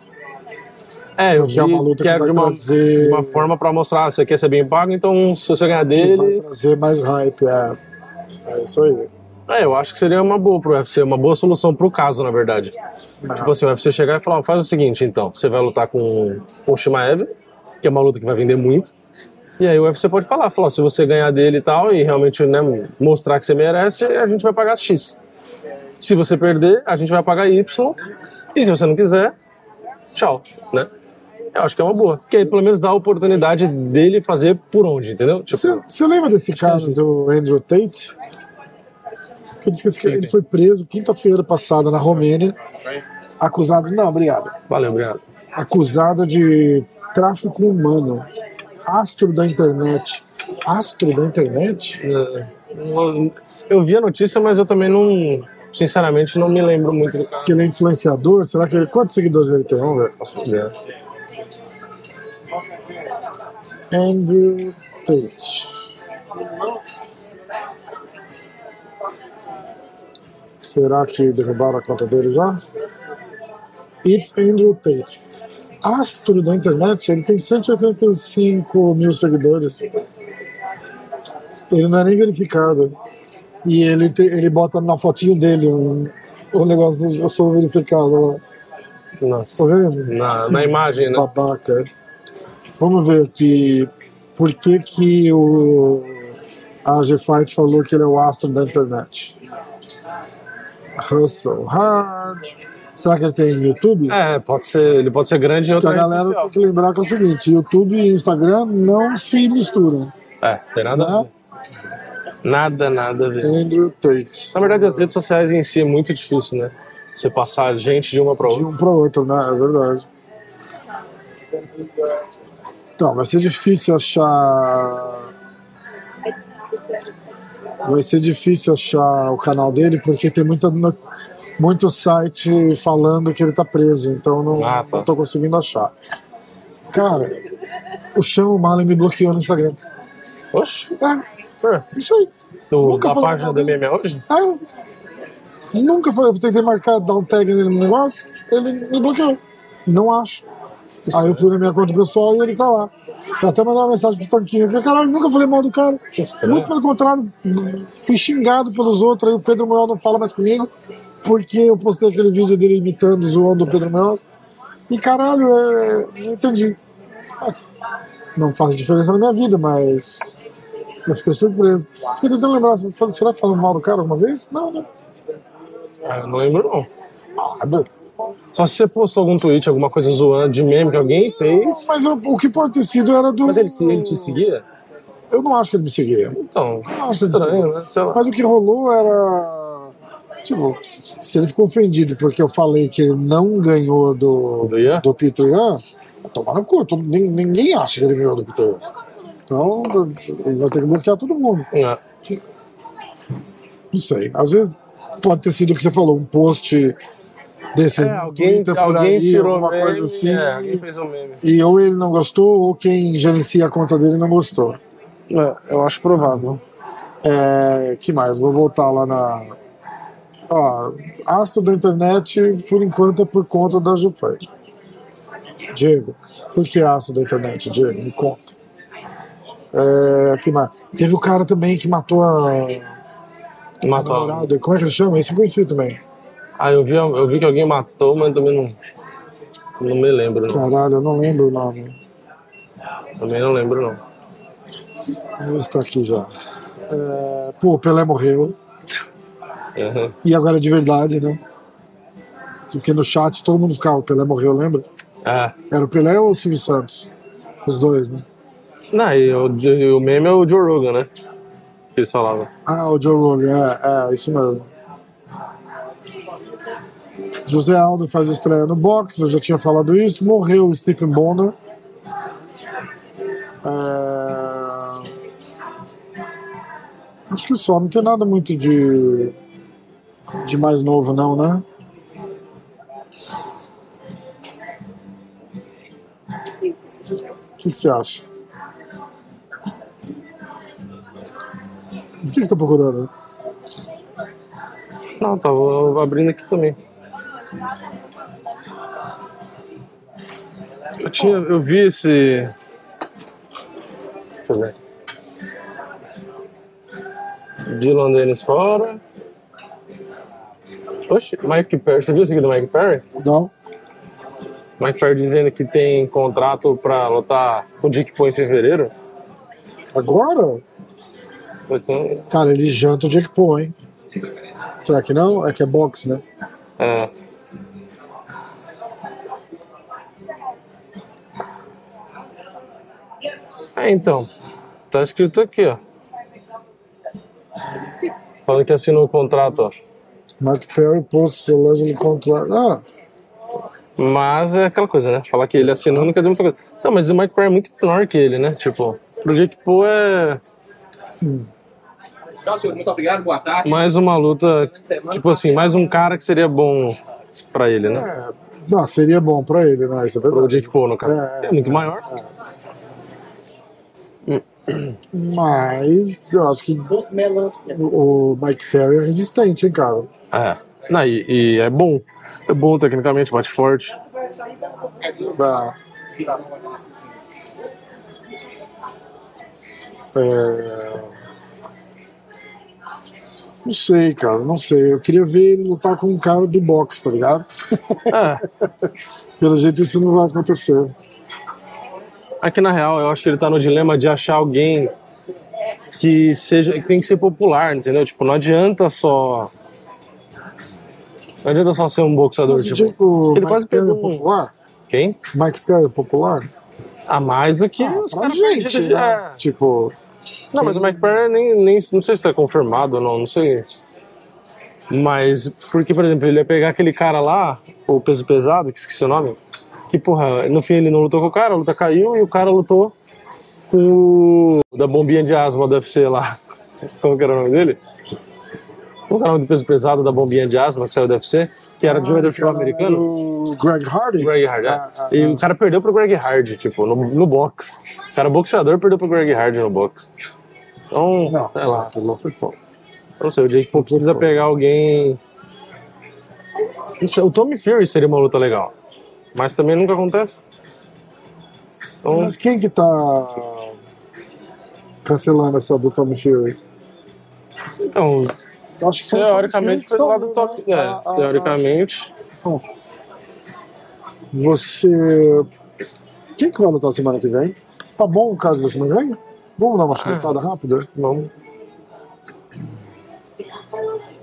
É, eu Que é vi uma luta que, é vai de uma, trazer. de uma forma pra mostrar, ah, você quer ser bem pago, então se você ganhar que vai dele. trazer mais hype. É, é isso aí. É, eu acho que seria uma boa pro UFC, uma boa solução pro caso, na verdade. Tipo assim, o UFC chegar e falar, "Ó, faz o seguinte, então, você vai lutar com, com o Shimaev, que é uma luta que vai vender muito. E aí o UFC pode falar, falar, "Ó, se você ganhar dele e tal, e realmente né, mostrar que você merece, a gente vai pagar X. Se você perder, a gente vai pagar Y. E se você não quiser, tchau, né? Eu acho que é uma boa. Porque aí pelo menos dá a oportunidade dele fazer por onde, entendeu? Tipo, Você você lembra desse caso do Andrew Tate? Que diz que esse cara- ele foi preso quinta-feira passada na Romênia, acusado. Não, obrigado. valeu, obrigado. Acusado de tráfico humano. Astro da internet. Astro da internet? Eu- Eu vi a notícia, mas eu também não. Sinceramente, não me lembro muito do Diz caso. que ele é influenciador? Será que ele. Quantos seguidores ele tem? Vamos ver. Posso ver. Andrew Tate. Será que derrubaram a conta dele já? It's Andrew Tate. Astro da internet, ele tem 185 mil seguidores. Ele não é nem verificado. E ele, te- ele bota na fotinho dele um, um negócio, de eu sou verificado. Tá Nossa. vendo? Na, na imagem, né? babaca. Vamos ver aqui por que que o a G-Fight falou que ele é o astro da internet. Russell Hard. Será que ele tem YouTube? É, pode ser, ele pode ser grande em Porque outra a rede galera social. tem que lembrar que é o seguinte, YouTube e Instagram não se misturam. né? É, tem nada a ver. Nada, nada a ver. Andrew Tate. Na verdade, as redes sociais em si é muito difícil, né? Você passar gente de uma pra De outra. um para outro, né? É verdade. Então, vai ser difícil achar. Vai ser difícil achar o canal dele, porque tem muita, no- muito site falando que ele tá preso, então não, Ah, tá. não tô conseguindo achar. Cara, o Chão Malen me bloqueou no Instagram. Oxe, É, pô, isso aí. Do, Nunca da falou página mal do dele. MMA hoje? Aí Ah, eu nunca falei, eu tentei marcar, dar um tag nele no negócio, ele me bloqueou. Não acho. Aí eu fui na minha conta pessoal e ele tá lá. Eu até mandei uma mensagem pro Tanquinho. Eu falei, caralho, nunca falei mal do cara. estranho. Muito pelo contrário, fui xingado pelos outros. Aí o Pedro Munhoz não fala mais comigo, porque eu postei aquele vídeo dele imitando, zoando o Pedro Munhoz. E caralho, é... não entendi. Ah, Não faz diferença na minha vida, mas eu fiquei surpreso. Fiquei tentando lembrar, assim, falei, será que falou mal do cara alguma vez? Não, né? Ah, não. Ah, eu não lembro, não. Nada. Só se você postou algum tweet, alguma coisa zoando de meme que alguém fez. Mas eu- o que pode ter sido era do. Mas ele, se- ele te seguia? Eu não acho que ele me seguia. Então, Nossa, estranho, né? Sei lá. Mas o que rolou era. Tipo, se ele ficou ofendido porque eu falei que ele não ganhou do, Do Ian? do Peter Ian, vai tomar no cu. todo- nin- ninguém acha que ele ganhou do Peter Ian. Então, ele vai ter que bloquear todo mundo. É. Não sei. Às vezes pode ter sido o que você falou, um post desse É, alguém, Twitter por alguém aí, tirou alguma meme, coisa assim. É, alguém fez um meme. E ou ele não gostou, ou quem gerencia a conta dele não gostou. É, eu acho provável. É, que mais? Vou voltar lá na. Ó, astro da internet, por enquanto, é por conta da Gilfred. Diego, por que astro da internet, Diego? Me conta. É, que mais? Teve o cara também que matou a Matou. alguém. namorada. Como é que ele chama? Esse eu conheci também. Ah, eu vi, eu vi que alguém matou, mas também não. Não me lembro, não. Caralho, eu não lembro o nome. Também não lembro, não. Eu está aqui já. É, pô, o Pelé morreu. Uhum. E agora de verdade, né? Porque no chat todo mundo ficava, o Pelé morreu, lembra? Ah, Era o Pelé ou o Silvio Santos? Os dois, né? não, e o, e o meme é o Joe Rogan, né? Que eles falavam. Ah, o Joe Rogan, é, é, isso mesmo. José Aldo faz estreia no boxe, eu já tinha falado isso. Morreu o Stephen Bonner. É... Acho que só, não tem nada muito de, de mais novo, não, né? O que que você acha? O que você está procurando? Não, tava abrindo aqui também. Eu tinha. Eu vi esse. Deixa eu ver. Dylan Dennis fora. Oxe, Mike Perry. Você viu isso aqui do Mike Perry? Não? Mike Perry dizendo que tem contrato pra lutar com o Dick Poe em fevereiro. Agora? Então, Cara, ele janta o Jack Paul, hein? Será que não? É que é boxe, né? É. É, então. Tá escrito aqui, ó. Falando que assinou o contrato, ó. Mark Perry, post Solange, contra. Ah, Mas é aquela coisa, né? Falar que ele assinou não quer dizer muita coisa. Não, mas o Mike Perry é muito menor que ele, né? Tipo, pro Jake Paul é Tchau, senhor. Muito obrigado. Boa tarde. mais uma luta. Semana. Tipo assim, mais um cara que seria bom pra ele, né? é. Não, seria bom pra ele, né? Isso é Pro verdade. Jake Paul, no caso. É, É, muito maior. Mas eu acho que Bons melões. o o Mike Perry é resistente, hein, cara? É. Não, e, e é bom. É bom tecnicamente, bate forte. Da- É. Não sei, cara, não sei. Eu queria ver ele lutar com um cara do boxe, tá ligado? É. Pelo jeito isso não vai acontecer. Aqui na real, eu acho que ele tá no dilema de achar alguém que seja. que tem que ser popular, entendeu? Tipo, não adianta só. Não adianta só ser um boxeador, Mas, tipo. tipo, ele Mike quase Perry pegou é um- popular? Quem? Mike Perry é popular? A mais do que os Pra caras Ah, gente, perdidos, né? é. Tipo, Não, mas o Mike Perry nem, nem. Não sei se é confirmado ou não, não sei. Mas, porque, por exemplo, ele ia pegar aquele cara lá, o peso pesado, que esqueci o nome, que, porra, no fim ele não lutou com o cara, a luta caiu e o cara lutou com o da bombinha de asma do UFC lá. Como que era o nome dele? Como que era o nome do peso pesado da bombinha de asma que saiu do UFC? Que era do jogador de Ah, futebol americano? O Greg Hardy? Greg Hard, é. Ah, ah, E ah. o cara perdeu pro Greg Hard, tipo, no, no box. O cara boxeador perdeu pro Greg Hard no box. Então, Não. sei lá. Não foi fogo. Não sei, o Jake Paul precisa pegar alguém. Não sei, o Tommy Fury seria uma luta legal. Mas também nunca acontece. Então, Mas quem que tá cancelando essa do Tommy Fury? então Eu Acho que foi o Tommy teoricamente Fury foi que do lado do saiu, top. né? A- É, a- a- teoricamente. ah. Você. Quem que vai lutar semana que vem? Tá bom o caso da semana que vem? Vamos dar uma Ah. chutada rápida? Vamos.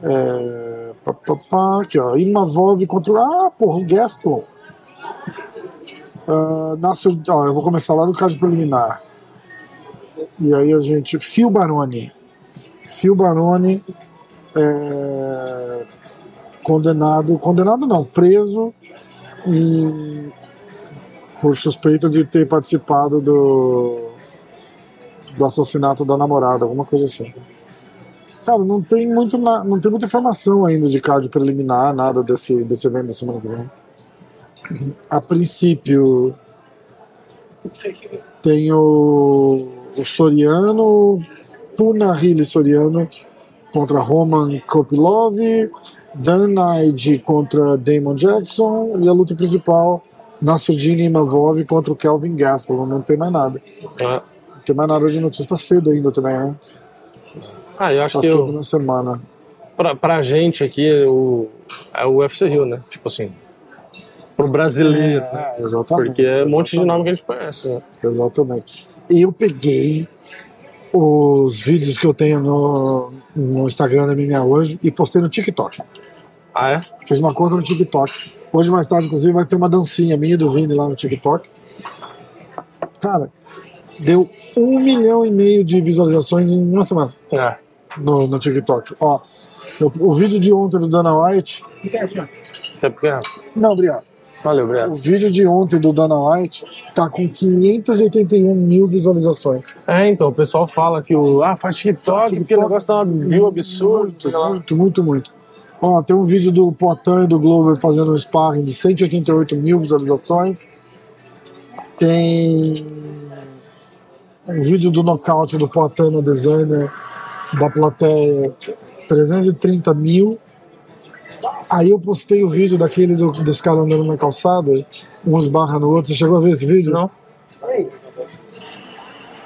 É... pá, pá, pá, aqui, ó. Imavov contra. Ah, porra, o Gaston. Ah, Nasser... ó, eu vou começar lá no caso preliminar. E aí a gente. Fio Baroni. Fio Baroni. é, Condenado. Condenado não, preso em- por suspeita de ter participado do. Do assassinato da namorada, alguma coisa assim. Cara, não tem, muito na- não tem muita informação ainda de card preliminar, nada desse, desse evento da semana que vem. A princípio, tem o, o Soriano, Puna Hili Soriano contra Roman Kopilov, Dan Aide contra Damon Jackson e a luta principal, Nasruddin Imavov contra o Kelvin Gastelum. Não tem mais nada. Ah, Não tem mais nada de notícia. Tá cedo ainda também, né? Ah, eu acho Tá que cedo eu, na semana. pra, pra gente aqui o, é o UFC Rio, né? Tipo assim. Pro brasileiro. né? É, exatamente. Porque é um monte de exatamente. nome que a gente conhece, né? Exatamente. Eu peguei os vídeos que eu tenho no, no Instagram da MMA hoje e postei no TikTok. Ah, é? Fiz uma conta no TikTok. Hoje, mais tarde, inclusive, vai ter uma dancinha minha e do Vini lá no TikTok. Cara, deu um milhão e meio de visualizações em uma semana É. no, no TikTok. Ó, eu- o vídeo de ontem do Dana White. Fica assim, ó. Até É porque. Não, obrigado. Valeu, obrigado. O vídeo de ontem do Dana White tá com 581 mil visualizações. É, então, o pessoal fala que o. Ah, faz TikTok, porque o negócio tá uma view absurdo. Muito, sei lá. muito, muito, muito. Ó, tem um vídeo do Potan e do Glover fazendo um sparring de 188 mil visualizações. Tem um vídeo do nocaute do Potan no designer da plateia, 330 mil. Aí eu postei o vídeo daquele do- dos caras andando na calçada, uns barra no outro. Você chegou a ver esse vídeo? Não.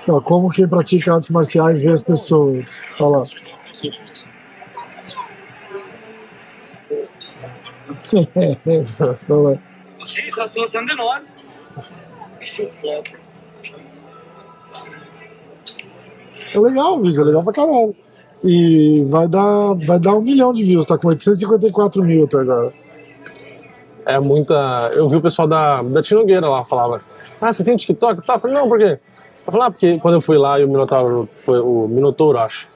Ó, como quem pratica artes marciais vê as pessoas. Olha lá. Olha lá. É legal, o vídeo, é legal pra caralho. E vai dar, vai dar um milhão de views, tá com 854 mil até agora. É muita. Eu vi o pessoal da, da Tinhogueira lá falava. Ah, você tem TikTok? Tá? Eu falei, não, por quê? Eu falei, ah, porque quando eu fui lá e o Minotauro foi o Minotauro, acho.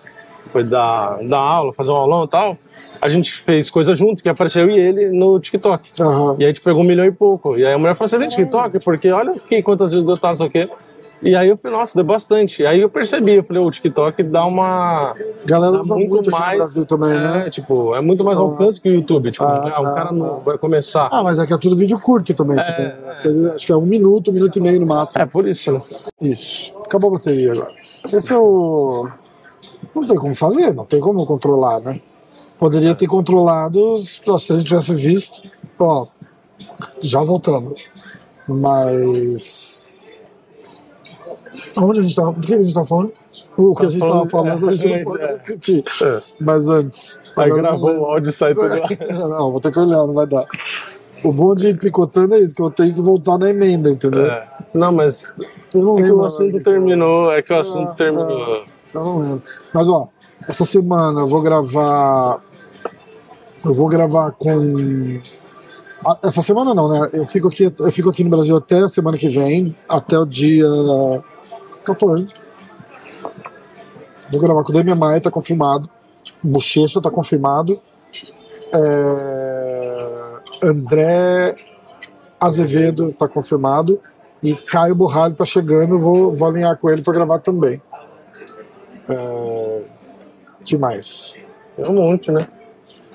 Foi da, da aula, fazer um aulão e tal. A gente fez coisa junto, que apareceu eu e ele no TikTok. Aham. E aí a gente pegou um milhão e pouco. E aí a mulher falou, assim, você tem É. TikTok? Porque olha que quantas vezes gostaram, não sei o quê. E aí eu falei, nossa, deu bastante. Aí eu percebi, eu falei, o TikTok dá uma. Galera Dá usa muito, muito, aqui no mais. Brasil também, é, né? tipo, é muito mais alcance que o YouTube. Tipo, Ah, ah, o ah, cara não vai começar. Ah, mas aqui é tudo vídeo curto também. tipo, é coisa- acho que é um minuto, um minuto e meio no máximo. É por isso, né? Isso. Acabou a bateria agora. Esse é o. Não tem como fazer, não tem como controlar, né? Poderia ter controlado se a gente tivesse visto. Ó, já voltando. Mas. Onde a gente tava? Do que a gente tava falando? O que a gente tava falando, a É, gente não pode repetir. Mas antes. Aí agora eu não gravou o áudio e sai tudo é. lá. não, vou ter que olhar, não vai dar. O bom de ir picotando é isso, que eu tenho que voltar na emenda, entendeu? É. Não, mas Eu não é que lembro. Ah, o assunto terminou. É que o assunto terminou. Eu não lembro. Mas ó, essa semana eu vou gravar. Eu vou gravar com. ah, Essa semana não, né? Eu fico aqui, eu fico aqui no Brasil até a semana que vem, até o dia 14. Vou gravar com o Demi Maia, tá confirmado. Bochecha tá confirmado. É, André Azevedo tá confirmado. E Caio Borralho tá chegando, eu vou, vou alinhar com ele pra gravar também. É, que mais? É um monte, né?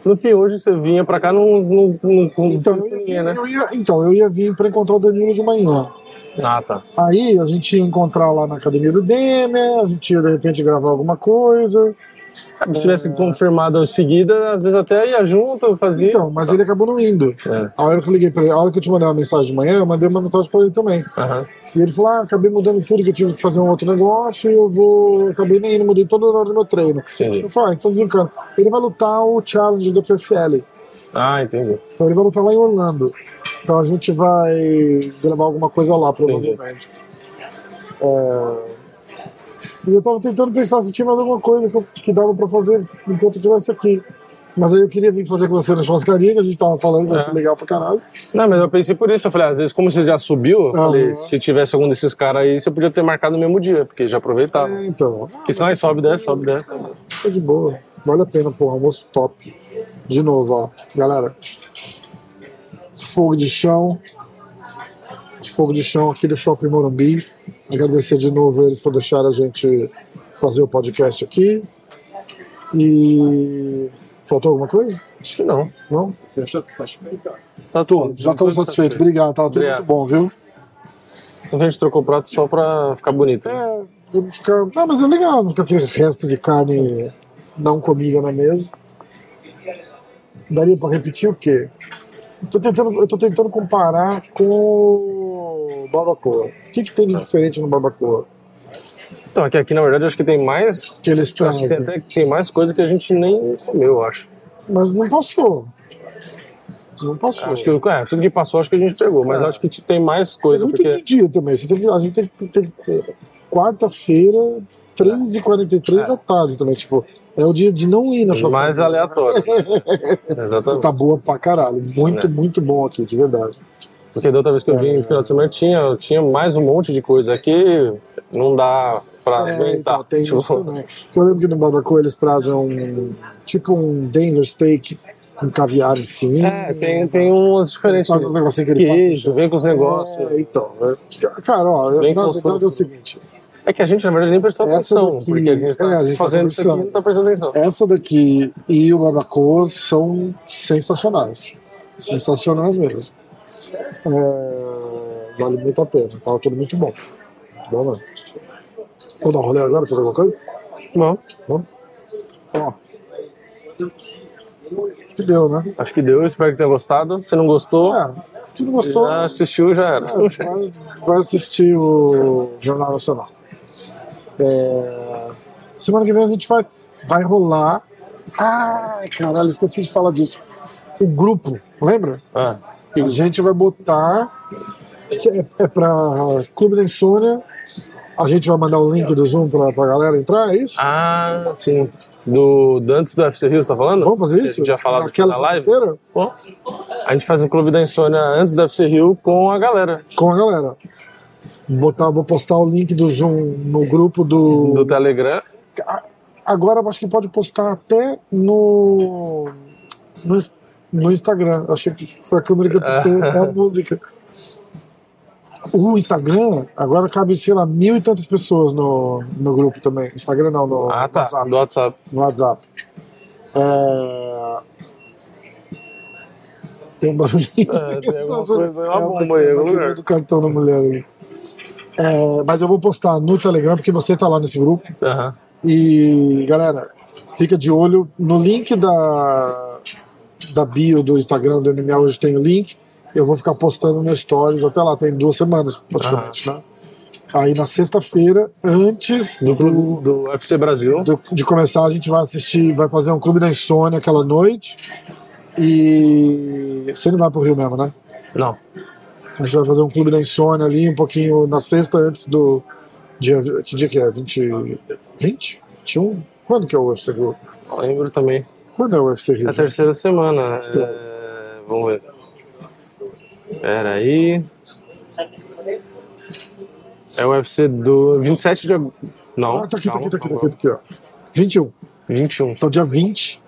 No fim, hoje você vinha pra cá não não não, não Então fez eu, ia ninguém, né? vir, eu ia- então, eu ia vir pra encontrar o Danilo de manhã. Ah, tá. Aí a gente ia encontrar lá na academia do Demer, a gente ia de repente gravar alguma coisa. É Se tivesse confirmado em seguida, às vezes até ia junto, fazia. Então, mas ele acabou não indo. É. A hora que eu liguei pra ele, a hora que eu te mandei uma mensagem de manhã, eu mandei uma mensagem pra ele também. Aham. E ele falou: ah, acabei mudando tudo, que eu tive que fazer um outro negócio, e eu vou. Acabei nem indo, mudei toda a hora do meu treino. Entendi. Eu falei, ah, então desencana. Ele vai lutar o challenge do PFL. Ah, entendi. Então ele vai lutar lá em Orlando. Então a gente vai gravar alguma coisa lá, provavelmente. É, E eu tava tentando pensar se tinha mais alguma coisa que, eu- que dava pra fazer enquanto eu estivesse aqui. Mas aí eu queria vir fazer com você na churrascaria, que a gente tava falando, vai É. ser legal pra caralho. Não, mas eu pensei por isso. Eu falei, às vezes, como você já subiu, eu falei, Aham. se tivesse algum desses caras aí, você podia ter marcado no mesmo dia, porque já aproveitava. É, então, Porque senão aí sobe, desce, sobe, desce. tá de boa. Vale a pena, pô, almoço top. De novo, ó, galera. Fogo de chão. Fogo de chão aqui do Shopping Morumbi. Agradecer de novo eles por deixar a gente fazer o podcast aqui. E. Faltou alguma coisa? Acho que não. Não? Fechou? Fechou. Tá tudo. Já estamos satisfeitos. Então Obrigado, tava tudo Obrigado. muito bom, viu? Então, a gente trocou o prato só pra ficar bonito. né? É, vamos ficar. Não, mas é legal, não ficar aquele resto de carne não comida na mesa. Daria pra repetir o quê? Tô tentando, eu tô tentando comparar com o barbacoa. O que, que tem de diferente no barbacoa? Então, aqui, aqui na verdade, eu acho que tem mais. Que eles eu Acho que tem trazem. até que tem mais coisa que a gente nem comeu, eu acho. Mas não passou. Não passou. Acho que é, tudo que passou, acho que a gente pegou, mas É. acho que tem mais É coisa, muito porque. de dia também. Você tem que, a gente tem que. Tem que ter- Quarta-feira, É. 3h43 da tarde também. Tipo, é o dia de não ir na churrascaria. Mais aleatório. Exatamente. Tá boa pra caralho. Muito, É. muito bom aqui, de verdade. Porque da outra vez que eu vim no final de semana tinha, tinha mais um monte de coisa aqui, não dá pra É, aguentar. então, tem Tipo, isso também. Eu lembro que no Barbacoa eles trazem um tipo um Denver Steak com caviar em cima. é, tem, tem umas Eles diferentes. fazem uns negocinhos que ele assim. Queijo, vem com os negócios. É, então, é. cara, ó, Bem na construído. verdade é o seguinte: É. que a gente, na verdade, nem prestou Essa atenção, daqui- porque a gente tá é, a gente tá fazendo isso aqui e conversando. não tá prestando atenção. essa daqui e o Barbacoa são sensacionais. Sensacionais mesmo. É, vale muito a pena. Tava tudo muito bom. Bom, né? Vou dar um rolê agora, fazer alguma coisa? Bom, Ó. Que deu, né? acho que deu, espero que tenha gostado. Se não gostou, É, se não gostou, já assistiu, já era. é, vai, vai assistir o Jornal Nacional. É, semana que vem a gente faz. Vai rolar. Ai, caralho, esqueci de falar disso. O grupo, lembra? Ah, A gente vai botar. se É, é pra Clube da Insônia. A gente vai mandar o link do Zoom pra, pra galera entrar, é isso? Ah, sim. Do Dantes do UFC Rio, você tá falando? Vamos fazer A isso? gente já falou disso Naquela na live? sexta-feira? Bom, a gente faz um clube da insônia antes do UFC Rio com a galera com a galera. Botar, vou postar o link do Zoom no grupo do. do Telegram. A- Agora eu acho que pode postar até no. No, ins- no Instagram. Eu achei que foi a câmera que Ah. eu pintei, é a música. O Instagram, agora cabe, sei lá, mil e tantas pessoas no, no grupo também. Instagram não, no, Ah, tá. WhatsApp, Do WhatsApp. no WhatsApp. É... Tem um barulhinho. É, tem Eu tô alguma achando- coisa, uma é, bomba aí, eu algum queria lugar. do cartão da mulher ali. É, mas eu vou postar no Telegram, porque você tá lá nesse grupo. Aham. E, galera, fica de olho. No link da, da bio do Instagram do MMA hoje tem o link. Eu vou ficar postando no Stories até lá, tem duas semanas praticamente, né? Aí na sexta-feira, antes Do Hum. clube do UFC Brasil. do- de começar, a gente vai assistir, vai fazer um clube da insônia aquela noite. E você não vai pro Rio mesmo, né? Não. A gente vai fazer um clube da insônia ali, um pouquinho na sexta antes do dia. Que dia que é? 20? 20? 21? Quando que é o UFC Rio? Não lembro também. Quando é o UFC Rio? É a terceira semana. É, Vamos ver. Pera aí. É o UFC do 27 de agosto. Não. Ah, tá aqui, tá aqui, tá aqui, tá calma, um, aqui, tá aqui, ó. 21. calma. 21. Então, dia 20.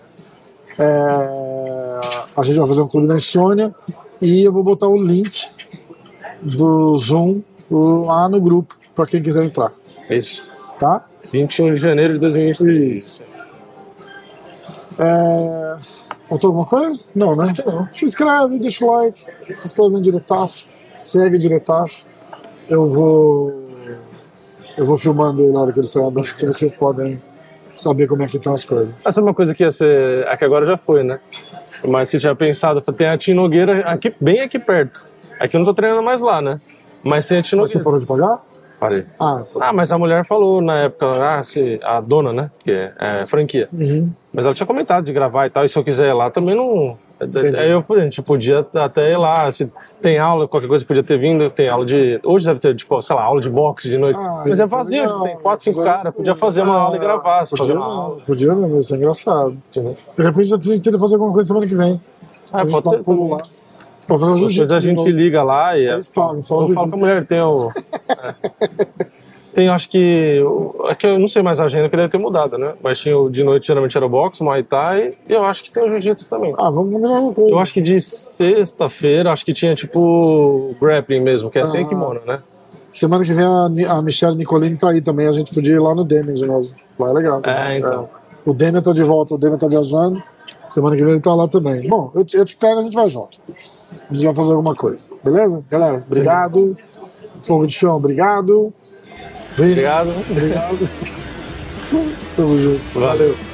é, A gente vai fazer um clube da insônia e eu vou botar o link do Zoom lá no grupo pra quem quiser entrar, Isso. tá? 21 de janeiro de 2023. Isso. É... Faltou alguma coisa? Não, né? Se inscreve, deixa o like, se inscreve no diretaço, segue o diretaço. Eu vou. Eu vou filmando ele na hora que ele sair andando, se vocês podem saber como é que estão as coisas. Essa é uma coisa que ia ser. A que agora já foi, né? Mas que eu tinha pensado, tem a Tinogueira aqui, bem aqui perto. Aqui eu não tô treinando mais lá, né? Mas tem a Mas você Tinogueira. parou de pagar? Parei. Ah, tá. Ah, mas a mulher falou na época, ah, se, a dona, né? Que é, é, franquia. Uhum. Mas ela tinha comentado de gravar e tal, e se eu quiser ir lá também não. Entendi. Aí eu falei, a gente podia até ir lá, se tem aula, qualquer coisa podia ter vindo, tem aula de. Hoje deve ter, tipo, sei lá, aula de boxe de noite. Ah, Mas é isso vazio, legal. tem quatro, cinco Isso é caras, podia fazer uma legal. aula e gravar, só fazer Podia, uma aula. podia não, mas isso é engraçado. Entendeu? De repente eu tento fazer alguma coisa semana que vem. Ah, A gente pode dá um ser. pulo lá. Pra fazer um Depois jiu-jitsu. a de gente novo. liga lá e. é, Vocês pagam, só eu jiu-jitsu. falo com a mulher, tem o. é. Tem, acho que. o- É que eu não sei mais a agenda que deve ter mudado, né? Mas tinha o de noite, geralmente era o boxe, o Muay Thai, e eu acho que tem o Jiu-Jitsu também. Ah, vamos combinar alguma coisa. Eu acho que de sexta-feira, acho que tinha tipo grappling mesmo, que é sem Ah. kimono, né? Semana que vem a, Ni- a Michelle Nicolini tá aí também. A gente podia ir lá no Demian de novo. Lá é legal. É, então. O Demian tá de volta, o Demian tá viajando. Semana que vem ele tá lá também. Bom, eu te, eu te pego e a gente vai junto. A gente vai fazer alguma coisa. Beleza? Galera, obrigado. Fogo de chão, obrigado. Vini, Obrigado. Obrigado. Tamo junto. Valeu. Valeu.